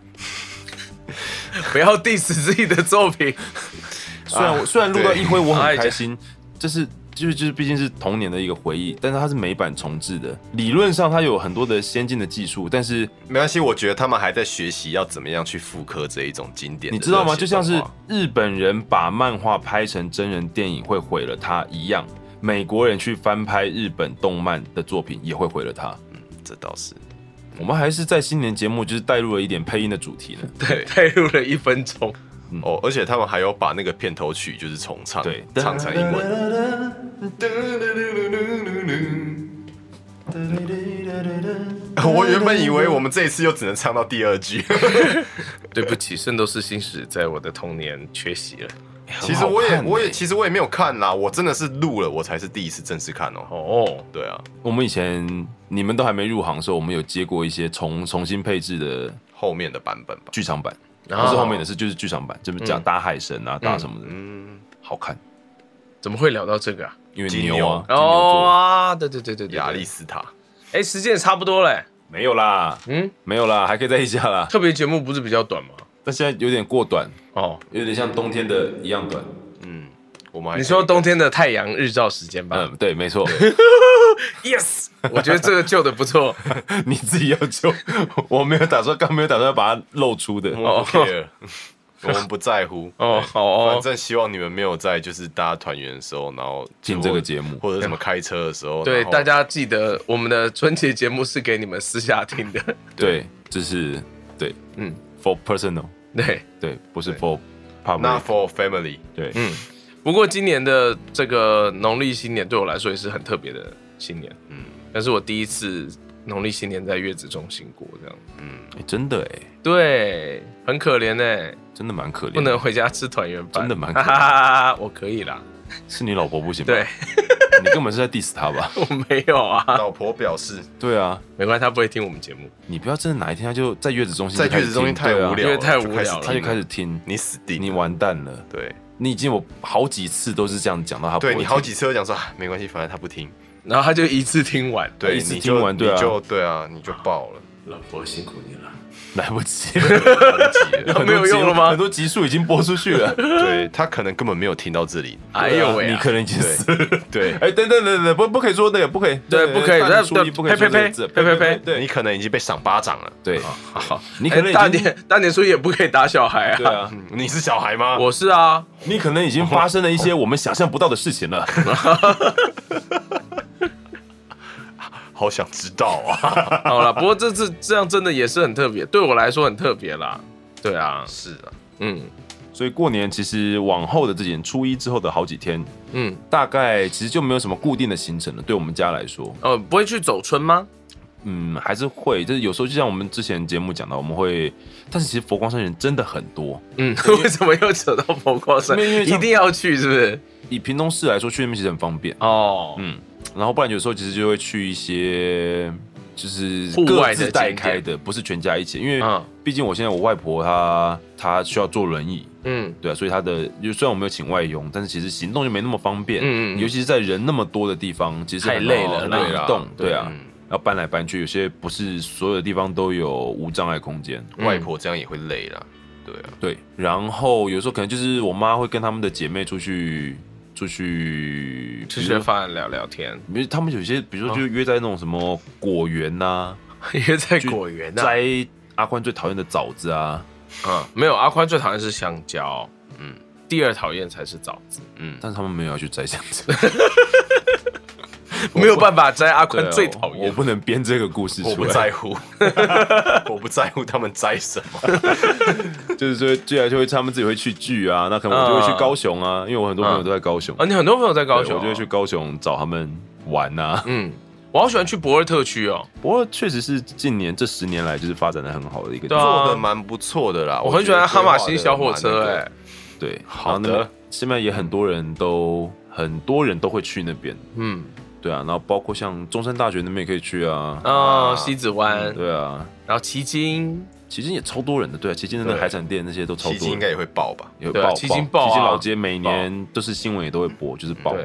[SPEAKER 5] 不要 diss 自己的作品。
[SPEAKER 3] 啊
[SPEAKER 4] 虽然我、虽然录到
[SPEAKER 3] 对
[SPEAKER 4] 一辉我
[SPEAKER 5] 哎
[SPEAKER 4] 很开心，这是就是就是毕竟是童年的一个回忆，但是它是美版重置的，理论上它有很多的先进的技术，但是
[SPEAKER 3] 没关系，我觉得他们还在学习要怎么样去复刻这一种经典的
[SPEAKER 4] 你知道吗？
[SPEAKER 3] 热血
[SPEAKER 4] 就像是
[SPEAKER 3] 动画
[SPEAKER 4] 日本人把漫画拍成真人电影会毁了它一样，美国人去翻拍日本动漫的作品也会毁了它。
[SPEAKER 3] 这倒是
[SPEAKER 4] 我们还是在新年节目就是带入了一点配音的主题呢。
[SPEAKER 5] 对，带入了一分钟。
[SPEAKER 3] 哦，而且他们还有把那个片头曲就是重唱，
[SPEAKER 4] 对
[SPEAKER 3] 唱成英文。 我原本以为我们这一次又只能唱到第二句，
[SPEAKER 5] 对不起，《圣斗士星矢》在我的童年缺席了。
[SPEAKER 3] 其实我
[SPEAKER 5] 欸
[SPEAKER 3] 也我也其实我也没有看啦，我真的是录了，我才是第一次正式看哦。
[SPEAKER 5] 哦，
[SPEAKER 3] 对啊，
[SPEAKER 4] 我们以前你们都还没入行的时候，我们有接过一些重重新配置的
[SPEAKER 3] 后面的版本吧，
[SPEAKER 4] 剧场版，不
[SPEAKER 5] 啊
[SPEAKER 4] 是后面的是就是剧场版，这边讲搭海神啊，搭什么的，
[SPEAKER 3] 嗯，
[SPEAKER 4] 好看，
[SPEAKER 5] 怎么会聊到这个啊？
[SPEAKER 4] 因为
[SPEAKER 3] 金
[SPEAKER 4] 牛
[SPEAKER 3] 牛
[SPEAKER 4] 啊，金牛
[SPEAKER 5] 哦
[SPEAKER 4] 座
[SPEAKER 5] 啊，对对对对对，
[SPEAKER 3] 亚历。斯塔，
[SPEAKER 5] 哎，时间也差不多嘞。
[SPEAKER 4] 没有啦，
[SPEAKER 5] 嗯，
[SPEAKER 4] 没有啦，还可以再一下啦，
[SPEAKER 5] 特别节目不是比较短吗？
[SPEAKER 4] 但现在有点过短，
[SPEAKER 5] 哦，
[SPEAKER 4] 有点像冬天的一样短。
[SPEAKER 3] 嗯，我们还
[SPEAKER 5] 你说冬天的太阳日照时间吧
[SPEAKER 4] 嗯，对，没错，
[SPEAKER 5] ？Yes，我觉得这个救的不错。
[SPEAKER 4] 你自己要救，我没有打算，刚没有打算把它露出的。
[SPEAKER 3] 我不 care，我 们不在乎。
[SPEAKER 5] 哦，好哦
[SPEAKER 3] 反，正希望你们没有在就是大家团圆的时候，然后
[SPEAKER 4] 听这个节目
[SPEAKER 3] 或者什么开车的时候，
[SPEAKER 5] 对，
[SPEAKER 3] 然后
[SPEAKER 5] 大家记得我们的春节节目是给你们私下听的。
[SPEAKER 4] 对，这是对，
[SPEAKER 5] 嗯
[SPEAKER 4] 嗯，for personal，
[SPEAKER 5] 对，
[SPEAKER 4] 对，不是
[SPEAKER 3] 对
[SPEAKER 4] for public，
[SPEAKER 3] not for family，
[SPEAKER 4] 对，
[SPEAKER 5] 嗯不过今年的这个农历新年对我来说也是很特别的新年，嗯
[SPEAKER 3] 嗯，
[SPEAKER 5] 但是我第一次农历新年在月子中心过，这样，
[SPEAKER 3] 嗯，
[SPEAKER 4] 诶真的哎，
[SPEAKER 5] 对，很可怜哎、
[SPEAKER 4] 真的蛮可怜的，
[SPEAKER 5] 不能回家吃团圆饭，
[SPEAKER 4] 真的蛮可怜
[SPEAKER 5] 哈哈哈哈我可以啦，
[SPEAKER 4] 是你老婆不行吧？
[SPEAKER 5] 对，
[SPEAKER 4] 你根本是在 diss 他 吧？
[SPEAKER 5] 我没有啊，
[SPEAKER 3] 老婆表示，
[SPEAKER 4] 对啊，
[SPEAKER 5] 没关系，他不会听我们节目，
[SPEAKER 4] 你不要真的哪一天他就在月子中心
[SPEAKER 3] 在
[SPEAKER 4] 就开
[SPEAKER 3] 月
[SPEAKER 4] 始
[SPEAKER 3] 子中心
[SPEAKER 4] 听
[SPEAKER 3] 太
[SPEAKER 4] 对啊
[SPEAKER 3] 无聊
[SPEAKER 5] 因
[SPEAKER 3] 了，
[SPEAKER 5] 为太无
[SPEAKER 3] 就开始
[SPEAKER 5] 聊了
[SPEAKER 4] 他就
[SPEAKER 3] 听
[SPEAKER 4] 开始听，
[SPEAKER 3] 你死定了，
[SPEAKER 4] 你完蛋了，
[SPEAKER 3] 对
[SPEAKER 4] 你已经有好几次都是这样讲到他不会
[SPEAKER 3] 对，
[SPEAKER 4] 听，
[SPEAKER 3] 你好几次都讲说啊，没关系，反正他不听，
[SPEAKER 5] 然后他就一次听完，
[SPEAKER 3] 对，
[SPEAKER 4] 一次
[SPEAKER 3] 你
[SPEAKER 4] 听
[SPEAKER 3] 就
[SPEAKER 4] 完对啊
[SPEAKER 3] 你就对啊，你就爆了，
[SPEAKER 1] 老婆辛苦你了。
[SPEAKER 4] 来不及了，
[SPEAKER 3] 来不及了
[SPEAKER 4] 很多
[SPEAKER 5] 没有
[SPEAKER 4] 集
[SPEAKER 5] 用了吗
[SPEAKER 4] 很多集数已经播出去了，
[SPEAKER 3] 对他可能根本没有听到这里，
[SPEAKER 5] 哎呦
[SPEAKER 4] 对
[SPEAKER 5] 喂
[SPEAKER 4] 啊
[SPEAKER 5] 啊，
[SPEAKER 4] 你可能已经死了。
[SPEAKER 3] 对，
[SPEAKER 4] 哎，等等等等，不不可以说那个，不可以，
[SPEAKER 5] 对不可以
[SPEAKER 4] 大年
[SPEAKER 5] 那
[SPEAKER 4] 初一
[SPEAKER 5] 对
[SPEAKER 4] 不可以
[SPEAKER 5] 呸
[SPEAKER 4] 说这个
[SPEAKER 5] 呸呸
[SPEAKER 4] 字，
[SPEAKER 5] 呸呸呸
[SPEAKER 4] 对
[SPEAKER 3] 你可能已经被赏巴掌了。
[SPEAKER 4] 对，
[SPEAKER 3] 好，
[SPEAKER 4] 你可能
[SPEAKER 5] 哎
[SPEAKER 4] 已
[SPEAKER 5] 大
[SPEAKER 4] 经
[SPEAKER 5] 年大年初一也不可以打小孩
[SPEAKER 4] 对
[SPEAKER 5] 啊，
[SPEAKER 4] 啊，
[SPEAKER 3] 嗯你是小孩吗？
[SPEAKER 5] 我是啊，
[SPEAKER 4] 你可能已经发生了一些我们想象不到的事情了。
[SPEAKER 3] 好想知道 啊。
[SPEAKER 5] 好了，不过这次这样真的也是很特别，对我来说很特别啦，对啊，
[SPEAKER 3] 是啊，
[SPEAKER 5] 嗯
[SPEAKER 4] 所以过年其实往后的这几天，初一之后的好几天，
[SPEAKER 5] 嗯，
[SPEAKER 4] 大概其实就没有什么固定的行程了。对我们家来说，
[SPEAKER 5] 哦，不会去走村吗？
[SPEAKER 4] 嗯，还是会，就是有时候就像我们之前节目讲到，我们会，但是其实佛光山人真的很多。
[SPEAKER 5] 嗯，为什么又扯到佛光山？
[SPEAKER 4] 因为因为
[SPEAKER 5] 一
[SPEAKER 4] 像
[SPEAKER 5] 定要去是不是？
[SPEAKER 4] 以屏东市来说，去那边其实很方便。
[SPEAKER 5] 哦，
[SPEAKER 4] 嗯，然后不然有时候其实就会去一些就是
[SPEAKER 5] 户
[SPEAKER 4] 各
[SPEAKER 5] 外的
[SPEAKER 4] 自
[SPEAKER 5] 景
[SPEAKER 4] 带
[SPEAKER 5] 点
[SPEAKER 4] 开的，不是全家一起，因为
[SPEAKER 5] 嗯
[SPEAKER 4] 毕竟我现在我外婆她她需要坐轮椅，
[SPEAKER 5] 嗯
[SPEAKER 4] 对啊，所以她的就虽然我没有请外佣，但是其实行动就没那么方便，
[SPEAKER 5] 嗯嗯嗯
[SPEAKER 4] 尤其是在人那么多的地方，其实
[SPEAKER 5] 太
[SPEAKER 4] 很
[SPEAKER 5] 累
[SPEAKER 4] 难
[SPEAKER 5] 了
[SPEAKER 4] 很
[SPEAKER 5] 啦
[SPEAKER 4] 难移动，对啊。
[SPEAKER 3] 嗯
[SPEAKER 4] 要搬来搬去，有些不是所有的地方都有无障碍空间，
[SPEAKER 5] 嗯
[SPEAKER 3] 外婆这样也会累啦。对啊，
[SPEAKER 4] 对。然后有时候可能就是我妈会跟她们的姐妹出去出去比如
[SPEAKER 5] 吃吃嗯
[SPEAKER 4] 说
[SPEAKER 5] 饭聊聊天，
[SPEAKER 4] 比如他们有些，比如说就约在那种什么果园呐、
[SPEAKER 5] 因为在果园啊，
[SPEAKER 4] 摘阿宽最讨厌的枣子啊，
[SPEAKER 5] 嗯，没有阿宽最讨厌是香蕉，嗯，第二讨厌才是枣子，
[SPEAKER 3] 嗯，
[SPEAKER 4] 但是他们没有要去摘香蕉。
[SPEAKER 5] 没有办法摘阿
[SPEAKER 4] 对啊
[SPEAKER 5] 宽最讨
[SPEAKER 4] 我我
[SPEAKER 5] 厌。
[SPEAKER 4] 不能编这个故事
[SPEAKER 3] 我
[SPEAKER 4] 出
[SPEAKER 3] 不
[SPEAKER 4] 来，
[SPEAKER 3] 在 乎，我不在乎他们摘什么。
[SPEAKER 4] 就是说，接下来就会他们自己会去聚啊，那可能我就会去高雄啊，因为我很多朋友都在高雄，
[SPEAKER 5] 嗯啊，你很多朋友在高
[SPEAKER 4] 对
[SPEAKER 5] 雄，
[SPEAKER 4] 我就会去。高雄找他们玩啊。
[SPEAKER 5] 嗯，我好喜欢去博尔特区哦，
[SPEAKER 4] 不过确实是近年这十年来就是发展的很好的一个地
[SPEAKER 5] 对
[SPEAKER 4] 方，
[SPEAKER 5] 啊
[SPEAKER 3] 做的蛮不错的啦，
[SPEAKER 5] 我很喜
[SPEAKER 3] 觉得
[SPEAKER 5] 欢哈马星
[SPEAKER 3] 规划
[SPEAKER 5] 小
[SPEAKER 3] 得
[SPEAKER 5] 火
[SPEAKER 3] 蛮
[SPEAKER 5] 车，
[SPEAKER 3] 那个
[SPEAKER 5] 哎，
[SPEAKER 4] 对，
[SPEAKER 3] 好的
[SPEAKER 4] 然后那边现在也很多人都很多人都会去那边，
[SPEAKER 5] 嗯，
[SPEAKER 4] 对啊，然后包括像中山大学那边也可以去啊，
[SPEAKER 5] 哦，西子湾，
[SPEAKER 4] 对啊，
[SPEAKER 5] 然后旗津，
[SPEAKER 4] 旗津也超多人的，对啊，旗津那
[SPEAKER 3] 对
[SPEAKER 4] 海产店那些都超多
[SPEAKER 3] 奇迹应
[SPEAKER 4] 人，
[SPEAKER 3] 该也会爆吧？
[SPEAKER 4] 有
[SPEAKER 5] 对啊
[SPEAKER 4] 爆
[SPEAKER 5] 旗津爆啊
[SPEAKER 4] 旗津老街每年都是新闻也都会播，就是爆。
[SPEAKER 5] 对，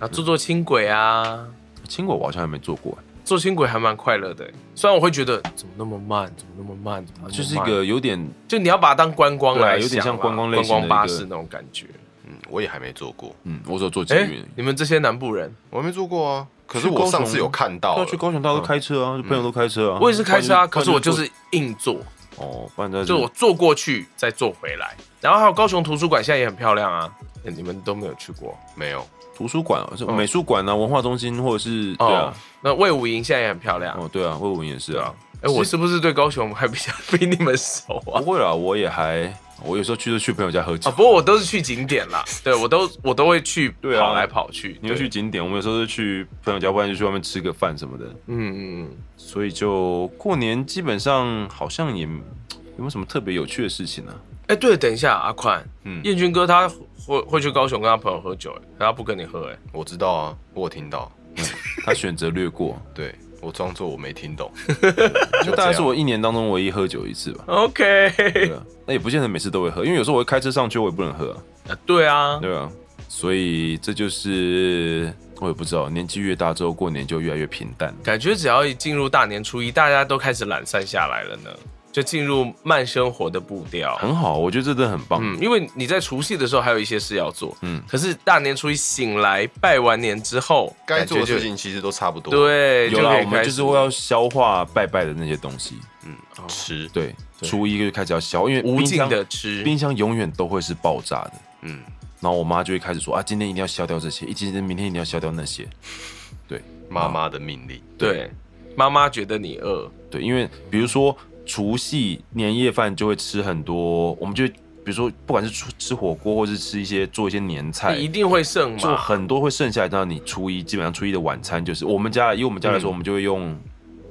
[SPEAKER 5] 然后坐坐轻轨啊，
[SPEAKER 4] 轻轨我好像还没坐过，
[SPEAKER 5] 坐轻轨还蛮快乐的，虽然我会觉得怎么那么慢，怎么那么慢，怎么那么慢
[SPEAKER 4] 就是一个有点
[SPEAKER 5] 就你要把它当观光
[SPEAKER 4] 对啊
[SPEAKER 5] 来想啦，
[SPEAKER 4] 有点像观光类
[SPEAKER 5] 观
[SPEAKER 4] 型的一
[SPEAKER 5] 光
[SPEAKER 4] 个
[SPEAKER 5] 巴士那种感觉。
[SPEAKER 3] 嗯，我也还没做过，
[SPEAKER 4] 嗯，我说坐捷
[SPEAKER 5] 哎
[SPEAKER 4] 运，，
[SPEAKER 5] 你们这些南部人，
[SPEAKER 3] 我还没做过啊。可是
[SPEAKER 4] 去高
[SPEAKER 3] 我
[SPEAKER 4] 雄
[SPEAKER 3] 上次有看
[SPEAKER 4] 要
[SPEAKER 3] 到了，
[SPEAKER 4] 去高雄大家都开车啊，朋友都开车啊，
[SPEAKER 5] 我也是开车啊，
[SPEAKER 4] 不
[SPEAKER 5] 可
[SPEAKER 4] 然
[SPEAKER 5] 是我就
[SPEAKER 4] 不然
[SPEAKER 5] 是硬坐，
[SPEAKER 4] 坐哦，不然就
[SPEAKER 5] 就是我坐过去再坐回来。然后还有高雄图书馆，现在也很漂亮啊，哎你们都没有去过
[SPEAKER 3] 没有？
[SPEAKER 4] 图书馆、是美术馆啊、文化中心或者是对
[SPEAKER 5] 嗯哦
[SPEAKER 4] 啊，。
[SPEAKER 5] 那魏武营现在也很漂亮。
[SPEAKER 4] 哦对啊，魏武营也是啊，
[SPEAKER 5] 哎，我是不是对高雄还比较比你们熟啊
[SPEAKER 4] 不？会啦，我也还我有时候去就去朋友家喝
[SPEAKER 5] 啊，
[SPEAKER 4] 酒，
[SPEAKER 5] 不过我都是去景点啦，对我都我都会去
[SPEAKER 4] 对啊
[SPEAKER 5] 跑来跑去。
[SPEAKER 4] 你又去
[SPEAKER 5] 对，
[SPEAKER 4] 景点，我们有时候就去朋友家，不然就去外面吃个饭什么的。
[SPEAKER 5] 嗯嗯嗯，
[SPEAKER 4] 所以就过年基本上好像也有没有什么特别有趣的事情呢、啊
[SPEAKER 5] 哎，对，等一下，阿宽，
[SPEAKER 4] 嗯
[SPEAKER 5] 彦军哥他会会去高雄跟他朋友喝酒，哎，可他不跟你喝，哎，
[SPEAKER 3] 我知道啊，我有听到，
[SPEAKER 4] 他选择略过，
[SPEAKER 3] 对我装作我没听懂。
[SPEAKER 5] 哎
[SPEAKER 4] 就大概是我一年当中唯一喝酒一次吧。对
[SPEAKER 5] OK，
[SPEAKER 4] 啊，那也不见得每次都会喝，因为有时候我会开车上去，我也不能喝啊、
[SPEAKER 5] 啊 对啊，
[SPEAKER 4] 对啊，所以这就是我也不知道，年纪越大之后，过年就越来越平淡。
[SPEAKER 5] 感觉只要一进入大年初一，大家都开始懒散下来了呢，就进入慢生活的步调。
[SPEAKER 4] 很好，我觉得这真的很棒。
[SPEAKER 5] 嗯，因为你在除夕的时候还有一些事要做，嗯
[SPEAKER 4] 嗯，
[SPEAKER 5] 可是大年初一醒来拜完年之后，
[SPEAKER 3] 该做的
[SPEAKER 5] 感觉就
[SPEAKER 3] 事，情其实都差不多，，
[SPEAKER 5] 对，
[SPEAKER 4] 有
[SPEAKER 5] 就
[SPEAKER 4] 啦
[SPEAKER 5] 可，
[SPEAKER 4] 我
[SPEAKER 5] 以开
[SPEAKER 4] 们
[SPEAKER 5] 始
[SPEAKER 4] 就是会要消化拜拜的那些东西。
[SPEAKER 3] 吃，
[SPEAKER 4] 对，初一就开始要消，因为
[SPEAKER 5] 无
[SPEAKER 4] 冰
[SPEAKER 5] 尽
[SPEAKER 4] 箱
[SPEAKER 5] 的吃，
[SPEAKER 4] 冰箱永远都会是爆炸的。
[SPEAKER 3] 嗯，
[SPEAKER 4] 然后我妈就会开始说啊，今天一定要消掉这些，一今天明天一定要消掉那些。对
[SPEAKER 3] 妈妈的命令，
[SPEAKER 5] 对，妈妈觉得你饿，
[SPEAKER 4] 对，因为比如说除夕年夜饭就会吃很多，我们就会比如说不管是吃吃火锅，或是吃一些做一些年菜
[SPEAKER 5] 你，一定会剩
[SPEAKER 4] 就
[SPEAKER 5] 嘛，
[SPEAKER 4] 很多会剩下来。那你初一基本上初一的晚餐就是我们家，以我们家来
[SPEAKER 5] 嗯
[SPEAKER 4] 说，我们就会用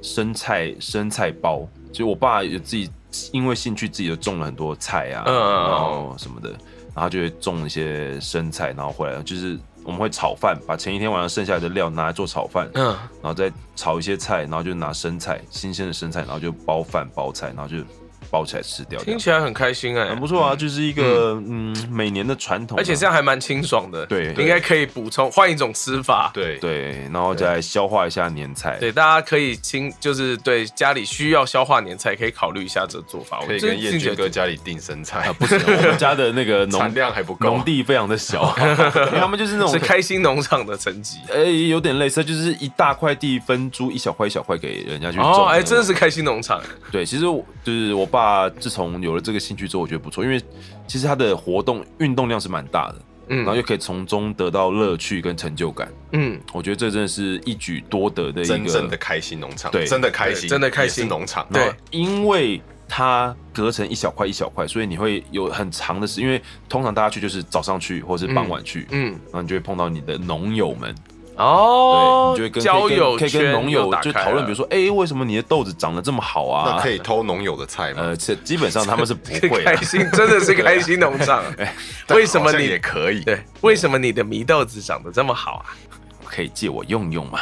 [SPEAKER 4] 生菜生菜包，就我爸有自己因为兴趣自己就种了很多菜啊，
[SPEAKER 5] 嗯嗯嗯
[SPEAKER 4] 然后什么的。然后就会种一些生菜，然后回来就是我们会炒饭，把前一天晚上剩下来的料拿来做炒饭，
[SPEAKER 5] 嗯，
[SPEAKER 4] 然后再炒一些菜，然后就拿生菜，新鲜的生菜，然后就包饭包菜，然后就包起来吃掉这
[SPEAKER 5] 听
[SPEAKER 4] 样。
[SPEAKER 5] 起来很开心哎、
[SPEAKER 4] 很不错啊，就是一个嗯每年的传统啊、
[SPEAKER 5] 而且这样还蛮清爽的，
[SPEAKER 4] 对
[SPEAKER 5] 应该可以补充换一种吃法，
[SPEAKER 1] 对
[SPEAKER 4] 对，然后再消化一下年菜。
[SPEAKER 5] 对，大家可以清，就是对家里需要消化年菜，可以考虑一下这个做法。我
[SPEAKER 1] 可以
[SPEAKER 5] 真
[SPEAKER 1] 跟
[SPEAKER 5] 心
[SPEAKER 1] 燕
[SPEAKER 5] 觉
[SPEAKER 1] 君
[SPEAKER 5] 得啊
[SPEAKER 1] 哥家里订生菜，
[SPEAKER 4] 不 是，我们 家的那个农
[SPEAKER 1] 产量还不够
[SPEAKER 4] 农，地非常的小，因为他们就是那种
[SPEAKER 5] 是开心农场的层级。
[SPEAKER 4] 呃、有点类似，就是一大块地分租一小块一小块给人家去种。
[SPEAKER 5] 哦，哎、真的是开心农场，
[SPEAKER 4] 对，其实我就是我爸自从有了这个兴趣之后，我觉得不错，因为其实他的活动运动量是蛮大的，
[SPEAKER 5] 嗯
[SPEAKER 4] 然后又可以从中得到乐趣跟成就感。
[SPEAKER 5] 嗯，
[SPEAKER 4] 我觉得这真的是一举多得的一个
[SPEAKER 1] 真正的开心农场，
[SPEAKER 4] 对
[SPEAKER 1] 真的开心，
[SPEAKER 5] 对真的开
[SPEAKER 1] 也
[SPEAKER 5] 心
[SPEAKER 1] 是农场，
[SPEAKER 5] 对
[SPEAKER 4] 因为它隔成一小块一小块，所以你会有很长的时，因为通常大家去就是早上去或是傍晚去，
[SPEAKER 5] 嗯嗯
[SPEAKER 4] 然后你就会碰到你的农友们，
[SPEAKER 5] 哦，
[SPEAKER 4] 对，你就
[SPEAKER 5] 交
[SPEAKER 4] 会跟可以
[SPEAKER 5] 友
[SPEAKER 4] 跟可以跟
[SPEAKER 5] 圈
[SPEAKER 4] 农
[SPEAKER 5] 又
[SPEAKER 4] 友
[SPEAKER 5] 打
[SPEAKER 4] 就
[SPEAKER 5] 开
[SPEAKER 4] 讨论，
[SPEAKER 5] 了
[SPEAKER 4] 比如说，哎、为什么你的豆子长得这么好啊？
[SPEAKER 1] 那可以偷农友的菜吗？
[SPEAKER 4] 呃，这基本上他们是 不会啊
[SPEAKER 5] 开
[SPEAKER 4] 的。
[SPEAKER 5] 心，真的是开心 农场。
[SPEAKER 1] 但
[SPEAKER 5] 为什么
[SPEAKER 1] 好像也
[SPEAKER 5] 你
[SPEAKER 1] 可以？
[SPEAKER 5] 对？为什么你的祢豆子长得这么好啊？
[SPEAKER 4] 可以借我用用嘛？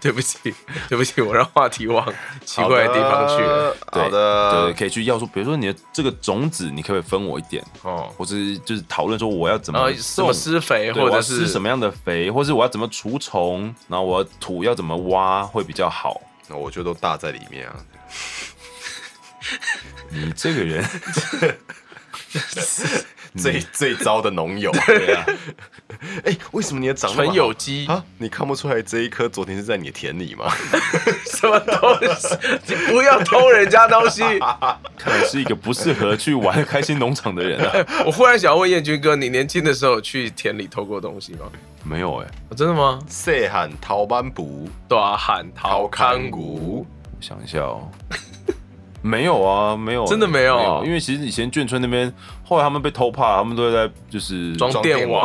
[SPEAKER 5] 对不起， 对不起，我让话题往奇怪的地方去了。
[SPEAKER 3] 呃
[SPEAKER 1] 好的，好
[SPEAKER 4] 对，
[SPEAKER 1] 的，
[SPEAKER 4] 可以去要说，比如说你的这个种子，你可不可以分我一点？
[SPEAKER 5] 哦，
[SPEAKER 4] 或是就是讨论说我要怎
[SPEAKER 5] 然后
[SPEAKER 4] 嗯么
[SPEAKER 5] 呃什
[SPEAKER 4] 送
[SPEAKER 5] 么施
[SPEAKER 4] 对
[SPEAKER 5] 肥，或
[SPEAKER 4] 我
[SPEAKER 5] 者
[SPEAKER 4] 要
[SPEAKER 5] 是
[SPEAKER 4] 施什么样的肥，或是我要怎么除虫，然后我土要怎么挖会比较好。
[SPEAKER 1] 那我就都大在里面啊。
[SPEAKER 4] 你这个 人，
[SPEAKER 1] 最最糟的农友，
[SPEAKER 4] 对啊，
[SPEAKER 1] 哎，为什么你的长那么
[SPEAKER 5] 纯
[SPEAKER 1] 好
[SPEAKER 5] 有机
[SPEAKER 1] 啊？你看不出来这一颗昨天是在你的田里吗？
[SPEAKER 5] 什么东西？你不要偷人家东 西！
[SPEAKER 4] 看来是一个不适合去玩开心农场的人啊。
[SPEAKER 5] 我忽然想要问燕君哥，你年轻的时候有去田里偷过东西吗？
[SPEAKER 4] 没有哎、
[SPEAKER 5] 哦真的吗？
[SPEAKER 1] 塞罕桃班补
[SPEAKER 5] 大喊陶康谷，
[SPEAKER 1] 谷，
[SPEAKER 4] 我想一下哦。没有啊，没有欸、
[SPEAKER 5] 真的没有
[SPEAKER 4] 因为其实以前眷村那边，后来他们被偷怕，他们都会在就是
[SPEAKER 5] 装
[SPEAKER 1] 装
[SPEAKER 5] 电
[SPEAKER 1] 电网，
[SPEAKER 5] 网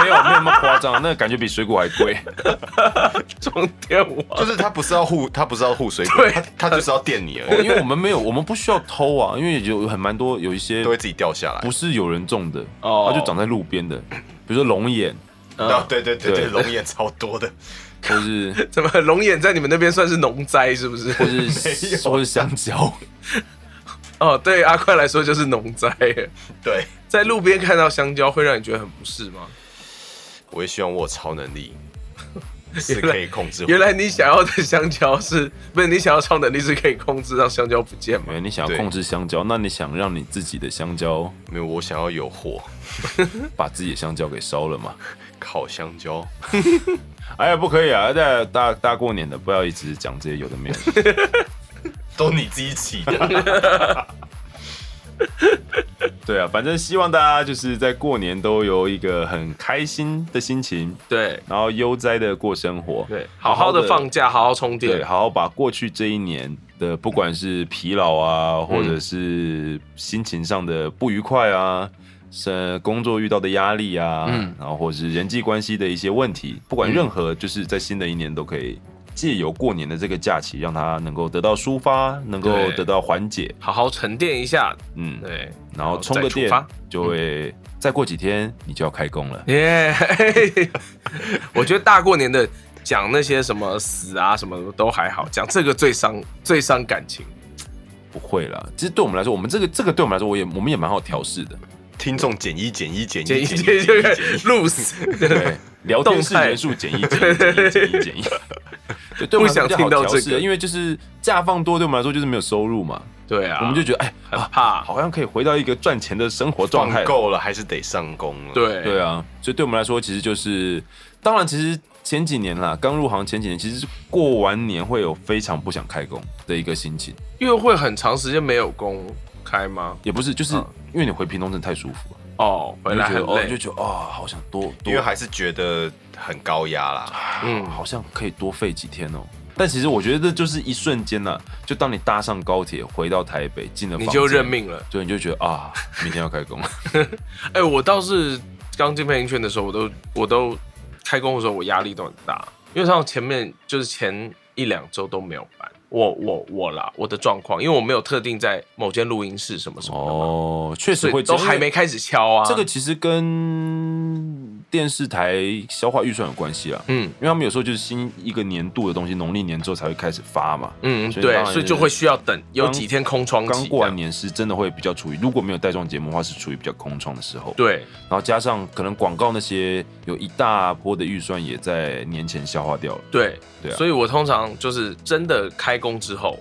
[SPEAKER 4] 没有没有那么夸张，那个感觉比水果还贵。
[SPEAKER 5] 装电网。
[SPEAKER 1] 就是他不是要护，他不是要护水果
[SPEAKER 5] 对，
[SPEAKER 1] 他他就是要电你而已，
[SPEAKER 4] 哦因为我们没有，我们不需要偷啊，因为有很蛮多有一些
[SPEAKER 1] 都会自己掉下来
[SPEAKER 4] 不。是有人种的，
[SPEAKER 5] 哦
[SPEAKER 4] 它就长在路边的，比如说龙眼，
[SPEAKER 1] 啊，对对对对，
[SPEAKER 4] 对
[SPEAKER 1] 龙眼超多的，
[SPEAKER 4] 或是？
[SPEAKER 5] 怎么龙眼在你们那边算是农灾是不是
[SPEAKER 4] 或是或是香 蕉，
[SPEAKER 5] 哦，对阿快来说就是农灾耶。
[SPEAKER 1] 对。
[SPEAKER 5] 在路边看到香蕉会让你觉得很不适吗？
[SPEAKER 1] 我也希望我有超能力是可以控制。
[SPEAKER 5] 原来你想要的香蕉是不是你想要超能力是可以控制让香蕉不见
[SPEAKER 4] 因
[SPEAKER 5] 吗？
[SPEAKER 4] 为你想要
[SPEAKER 1] 对
[SPEAKER 4] 控制香蕉，那你想让你自己的香蕉
[SPEAKER 1] 没有，我想要有火，
[SPEAKER 4] 把自己的香蕉给烧了嘛？
[SPEAKER 1] 烤香蕉。
[SPEAKER 4] 哎呀，不可以啊！大大大过年的，不要一直讲这些有的没有 的。
[SPEAKER 1] 都你自己起的，
[SPEAKER 4] 对啊，反正希望大家就是在过年都有一个很开心的心情，
[SPEAKER 5] 对
[SPEAKER 4] 然后悠哉的过生活。
[SPEAKER 5] 对，好好的放假，好好充
[SPEAKER 4] 对，
[SPEAKER 5] 电。
[SPEAKER 4] 好好把过去这一年的，不管是疲劳啊，
[SPEAKER 5] 嗯
[SPEAKER 4] 或者是心情上的不愉快啊，是工作遇到的压力啊，
[SPEAKER 5] 嗯
[SPEAKER 4] 然后或者是人际关系的一些问题，不管任何，就是在新的一年都可以借由过年的这个假期，让它能够得到抒发，能够
[SPEAKER 5] 对
[SPEAKER 4] 得到缓解，
[SPEAKER 5] 好好沉淀一下，
[SPEAKER 4] 嗯，
[SPEAKER 5] 对，
[SPEAKER 4] 然后充个
[SPEAKER 5] 再出
[SPEAKER 4] 电
[SPEAKER 5] 发，嗯
[SPEAKER 4] 就会再过几天你就要开工了。
[SPEAKER 5] 耶、 我觉得大过年的讲那些什么死啊什么的都还好，讲这个最伤最伤感情。
[SPEAKER 4] 不会啦，其实对我们来说，我们这个这个对我们来说，我也我们也蛮好调试的。
[SPEAKER 1] 听众减一减一减一
[SPEAKER 5] 简
[SPEAKER 1] 减
[SPEAKER 5] 一
[SPEAKER 1] 一
[SPEAKER 5] 简
[SPEAKER 1] 减
[SPEAKER 5] 就
[SPEAKER 1] 一
[SPEAKER 5] 是
[SPEAKER 1] 减一，
[SPEAKER 5] 录死，
[SPEAKER 4] 对， 聊天室
[SPEAKER 5] 动态
[SPEAKER 4] 人数减一，减一，减一，减一， 减一。对，对我们来
[SPEAKER 5] 不
[SPEAKER 4] 说
[SPEAKER 5] 想
[SPEAKER 4] 比较
[SPEAKER 5] 听
[SPEAKER 4] 好
[SPEAKER 5] 到
[SPEAKER 4] 调
[SPEAKER 5] 这
[SPEAKER 4] 试
[SPEAKER 5] 个
[SPEAKER 4] 因为就是假放多，对我们来说就是没有收入嘛，
[SPEAKER 5] 对啊，
[SPEAKER 4] 我们就觉得哎，
[SPEAKER 5] 很
[SPEAKER 4] 啊，
[SPEAKER 5] 怕
[SPEAKER 4] 好像可以回到一个赚钱的生活状
[SPEAKER 1] 放
[SPEAKER 4] 态。
[SPEAKER 1] 够了还是得上工了。，
[SPEAKER 5] 对
[SPEAKER 4] 对啊，所以对我们来说，其实就是，当然，其实前几年啦，刚入行前几年，其实是过完年会有非常不想开工的一个心情，
[SPEAKER 5] 因为会很长时间没有公开吗？
[SPEAKER 4] 也不是，就是因为你回屏东真的太舒服了，
[SPEAKER 5] 哦，嗯回
[SPEAKER 4] 你
[SPEAKER 5] 来
[SPEAKER 4] 就觉
[SPEAKER 5] 很
[SPEAKER 4] 得哦，
[SPEAKER 5] 累，
[SPEAKER 4] 你就觉得哦，好想多多
[SPEAKER 1] 因为还是觉得很高压啦。
[SPEAKER 5] 嗯，
[SPEAKER 4] 好像可以多费几天哦。但其实我觉得这就是一瞬间呐、就当你搭上高铁回到台北，进了
[SPEAKER 5] 你
[SPEAKER 4] 房
[SPEAKER 5] 就
[SPEAKER 4] 间
[SPEAKER 5] 认，命了。
[SPEAKER 4] 对，你就觉得啊，明天要开 工了。
[SPEAKER 5] 哎、我倒是刚进配音圈的时候，我都我都开工的时候，我压力都很大，因为像前面就是前一两周都没有班，我我我啦，我的状况，因为我没有特定在某间录音室什么什么的嘛，
[SPEAKER 4] 哦，确实
[SPEAKER 5] 所
[SPEAKER 4] 会
[SPEAKER 5] 以
[SPEAKER 4] 这
[SPEAKER 5] 都
[SPEAKER 4] 样
[SPEAKER 5] 还没。开始敲啊。
[SPEAKER 4] 这个其实跟电视台消化预算有关系啦，
[SPEAKER 5] 嗯
[SPEAKER 4] 因为他们有时候就是新一个年度的东西，农历年之后才会开始发嘛。
[SPEAKER 5] 嗯
[SPEAKER 4] 所以当
[SPEAKER 5] 对，
[SPEAKER 4] 然
[SPEAKER 5] 所以就会需要等有
[SPEAKER 4] 刚
[SPEAKER 5] 几天空窗期这
[SPEAKER 4] 刚
[SPEAKER 5] 样。
[SPEAKER 4] 过完年是真的会比较处于，如果没有带状节目的话，是处于比较空窗的时候。，
[SPEAKER 5] 对，
[SPEAKER 4] 然后加上可能广告那些有一大波的预算也在年前消化掉了。
[SPEAKER 5] 对
[SPEAKER 4] 对啊
[SPEAKER 5] 所以我通常就是真的开工之后，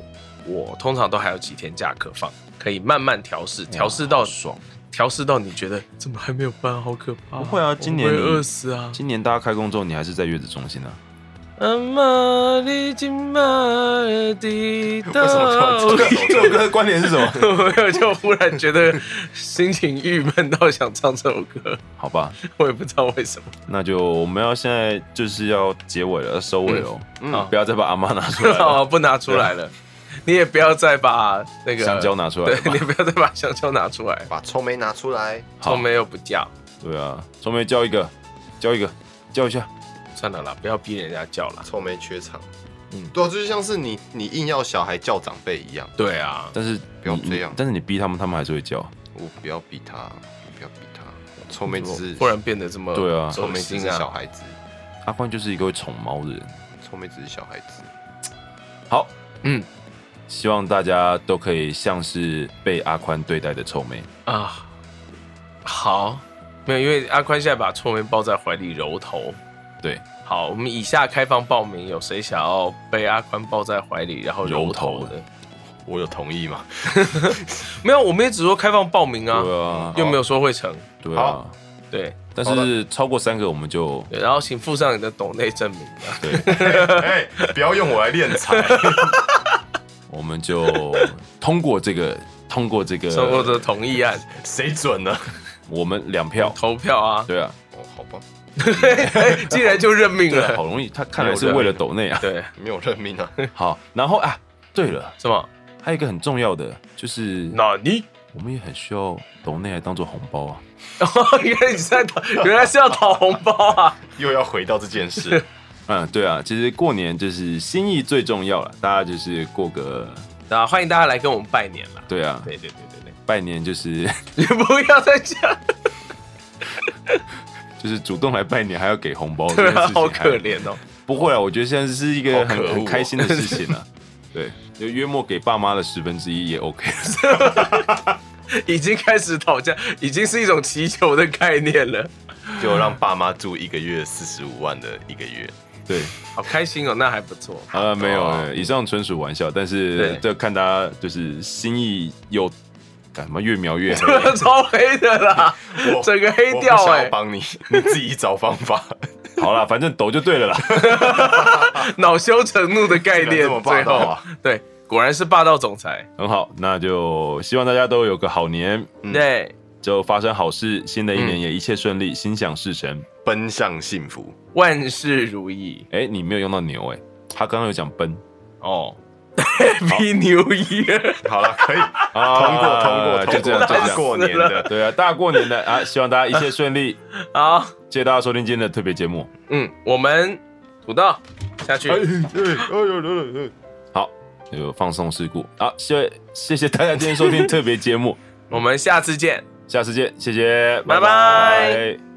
[SPEAKER 5] 我通常都还有几天假可放，可以慢慢调试，调试到
[SPEAKER 4] 爽。
[SPEAKER 5] 调试到你觉得怎么还没有办，好可怕！
[SPEAKER 4] 不会啊
[SPEAKER 5] 我
[SPEAKER 4] 今年
[SPEAKER 5] 会
[SPEAKER 4] 你
[SPEAKER 5] 饿死啊！
[SPEAKER 4] 今年大家开工之后，你还是在月子中心啊？
[SPEAKER 5] 阿玛尼金玛的
[SPEAKER 3] 为什么突然这首歌的关联是什么？
[SPEAKER 5] 没有，就忽然觉得心情郁闷到想唱这首歌，
[SPEAKER 4] 好吧，
[SPEAKER 5] 我也不知道为 什么。
[SPEAKER 4] 那就我们要现在就是要结尾了，要收尾了，
[SPEAKER 5] 好
[SPEAKER 4] 嗯，不要再把阿妈拿出来 了，
[SPEAKER 5] 哦，不拿出来了，你也不要再把那个
[SPEAKER 4] 香蕉拿出来
[SPEAKER 5] 对
[SPEAKER 4] 了吧
[SPEAKER 5] 你不要再把香蕉拿出来，
[SPEAKER 1] 把臭梅拿出来，
[SPEAKER 4] 好
[SPEAKER 5] 聪梅又不叫，
[SPEAKER 4] 对啊，聪梅叫一个，叫一个，叫一下，
[SPEAKER 5] 算了啦，不要逼人家叫啦。
[SPEAKER 1] 臭梅缺场。
[SPEAKER 4] 嗯
[SPEAKER 1] 嗯，对啊，这就像是你你硬要小孩叫长辈一样，
[SPEAKER 5] 对啊，
[SPEAKER 4] 但是
[SPEAKER 1] 不要
[SPEAKER 4] 你
[SPEAKER 1] 这样
[SPEAKER 4] 但是你逼他们，他们还是会叫，
[SPEAKER 1] 我不要逼他，我不要逼他。臭梅只是
[SPEAKER 5] 忽然变得这么
[SPEAKER 4] 对啊
[SPEAKER 1] 臭
[SPEAKER 5] 恶
[SPEAKER 1] 梅只
[SPEAKER 5] 心
[SPEAKER 1] 是小
[SPEAKER 5] 啊！
[SPEAKER 1] 孩子，
[SPEAKER 4] 阿宽就是一个会宠猫的人。
[SPEAKER 1] 臭梅只是小孩子。
[SPEAKER 4] 好，
[SPEAKER 5] 嗯，
[SPEAKER 4] 希望大家都可以像是被阿宽对待的臭妹，
[SPEAKER 5] 啊，好，没有，因为阿宽现在把臭梅抱在怀里揉头。
[SPEAKER 4] 对，
[SPEAKER 5] 好，我们以下开放报名，有谁想要被阿宽抱在怀里然后揉头
[SPEAKER 4] 揉头
[SPEAKER 5] 的
[SPEAKER 4] 的？
[SPEAKER 1] 我有同意 吗？
[SPEAKER 5] 没有，我们也只说开放报名啊，
[SPEAKER 4] 对啊，
[SPEAKER 5] 又没有说会成。
[SPEAKER 4] 对啊
[SPEAKER 1] 好，
[SPEAKER 5] 对
[SPEAKER 4] 但
[SPEAKER 1] 好
[SPEAKER 4] 是超过三个我们就
[SPEAKER 5] 对，然后请附上你的抖内证明啊。
[SPEAKER 4] 对，
[SPEAKER 1] 哎，不要用我来练财。
[SPEAKER 4] 我们就通过这个， 通过这
[SPEAKER 5] 生活
[SPEAKER 4] 个，
[SPEAKER 5] 者同意案
[SPEAKER 1] 谁准呢？
[SPEAKER 4] 我们两票，
[SPEAKER 5] 投票啊，
[SPEAKER 4] 对啊，
[SPEAKER 1] 哦，好吧，
[SPEAKER 5] 竟然就任命
[SPEAKER 4] 对啊，
[SPEAKER 5] 了，
[SPEAKER 4] 好容易，他看来是为了抖内啊，
[SPEAKER 5] 对，
[SPEAKER 1] 没有任命啊。
[SPEAKER 4] 好，然后啊，对了，
[SPEAKER 5] 什么？
[SPEAKER 4] 还有一个很重要的就是，
[SPEAKER 5] 那你？
[SPEAKER 4] 我们也很需要抖内来当做红包啊，
[SPEAKER 5] 哦， 原来你是在讨，原来是要讨红包啊！
[SPEAKER 1] 又要回到这件事，
[SPEAKER 4] 嗯，对啊，其实过年就是心意最重要了，大家就是过个，
[SPEAKER 5] 啊，欢迎大家来跟我们拜年了。
[SPEAKER 4] 对啊，
[SPEAKER 5] 对对对对对，
[SPEAKER 4] 拜年就是。
[SPEAKER 5] 你 不要再 讲，
[SPEAKER 4] 就是主动来拜年还要给红包，
[SPEAKER 5] 对
[SPEAKER 4] 这件
[SPEAKER 5] 啊，
[SPEAKER 4] 事情
[SPEAKER 5] 好
[SPEAKER 4] 还
[SPEAKER 5] 可。怜哦。
[SPEAKER 4] 不会啊，我觉得现在是一个
[SPEAKER 1] 好可恶
[SPEAKER 4] 很
[SPEAKER 1] 哦
[SPEAKER 4] 很开心的事情 啊。对，就约莫给爸妈的十分之一也 OK。
[SPEAKER 5] 已经开始讨价，已经是一种祈求的概念了，
[SPEAKER 1] 就让爸妈住一个月四十五万的一个月。
[SPEAKER 4] 对，
[SPEAKER 5] 好开心哦，那还不错。
[SPEAKER 4] 呃，没有，
[SPEAKER 1] 好
[SPEAKER 4] 没有以上纯属玩笑，但
[SPEAKER 5] 对
[SPEAKER 4] 是这看大家就是心意有，干嘛越描越黑。
[SPEAKER 5] 超黑的啦，整个黑掉
[SPEAKER 1] 我不想
[SPEAKER 4] 欸
[SPEAKER 5] 哎、
[SPEAKER 1] 要帮你，你自己找方法。
[SPEAKER 4] 好啦，反正抖就对了啦。
[SPEAKER 5] 恼羞成怒的概
[SPEAKER 1] 竟然
[SPEAKER 5] 念
[SPEAKER 1] 这么，霸
[SPEAKER 5] 最
[SPEAKER 1] 道
[SPEAKER 5] 后
[SPEAKER 1] 啊
[SPEAKER 5] 对，果然是霸道总裁。
[SPEAKER 4] 很好，那就希望大家都有个好年，
[SPEAKER 5] 嗯对，
[SPEAKER 4] 就发生好事，新的一年也一切顺利，心想事成。
[SPEAKER 1] 奔向幸福，
[SPEAKER 5] 万事如 意
[SPEAKER 4] 哎、你没有用到牛哎、他刚刚有讲奔，
[SPEAKER 5] 哦。Happy New Year！
[SPEAKER 1] 好了，可以通
[SPEAKER 4] 啊
[SPEAKER 1] 过，通过，
[SPEAKER 4] 就这样，
[SPEAKER 1] 通
[SPEAKER 4] 就这
[SPEAKER 1] 过
[SPEAKER 4] 样
[SPEAKER 1] 大。过年的，
[SPEAKER 4] 对啊，大过年的啊，希望大家一切顺利。
[SPEAKER 5] 好，
[SPEAKER 4] 谢谢大家收听今天的特别节目。
[SPEAKER 5] 嗯，我们土豆下去。
[SPEAKER 4] 好，有放松事故。好，谢谢谢大家今天收听特别节目，
[SPEAKER 5] 我们下次见。
[SPEAKER 4] 下次见，谢谢，
[SPEAKER 5] 拜拜
[SPEAKER 4] 拜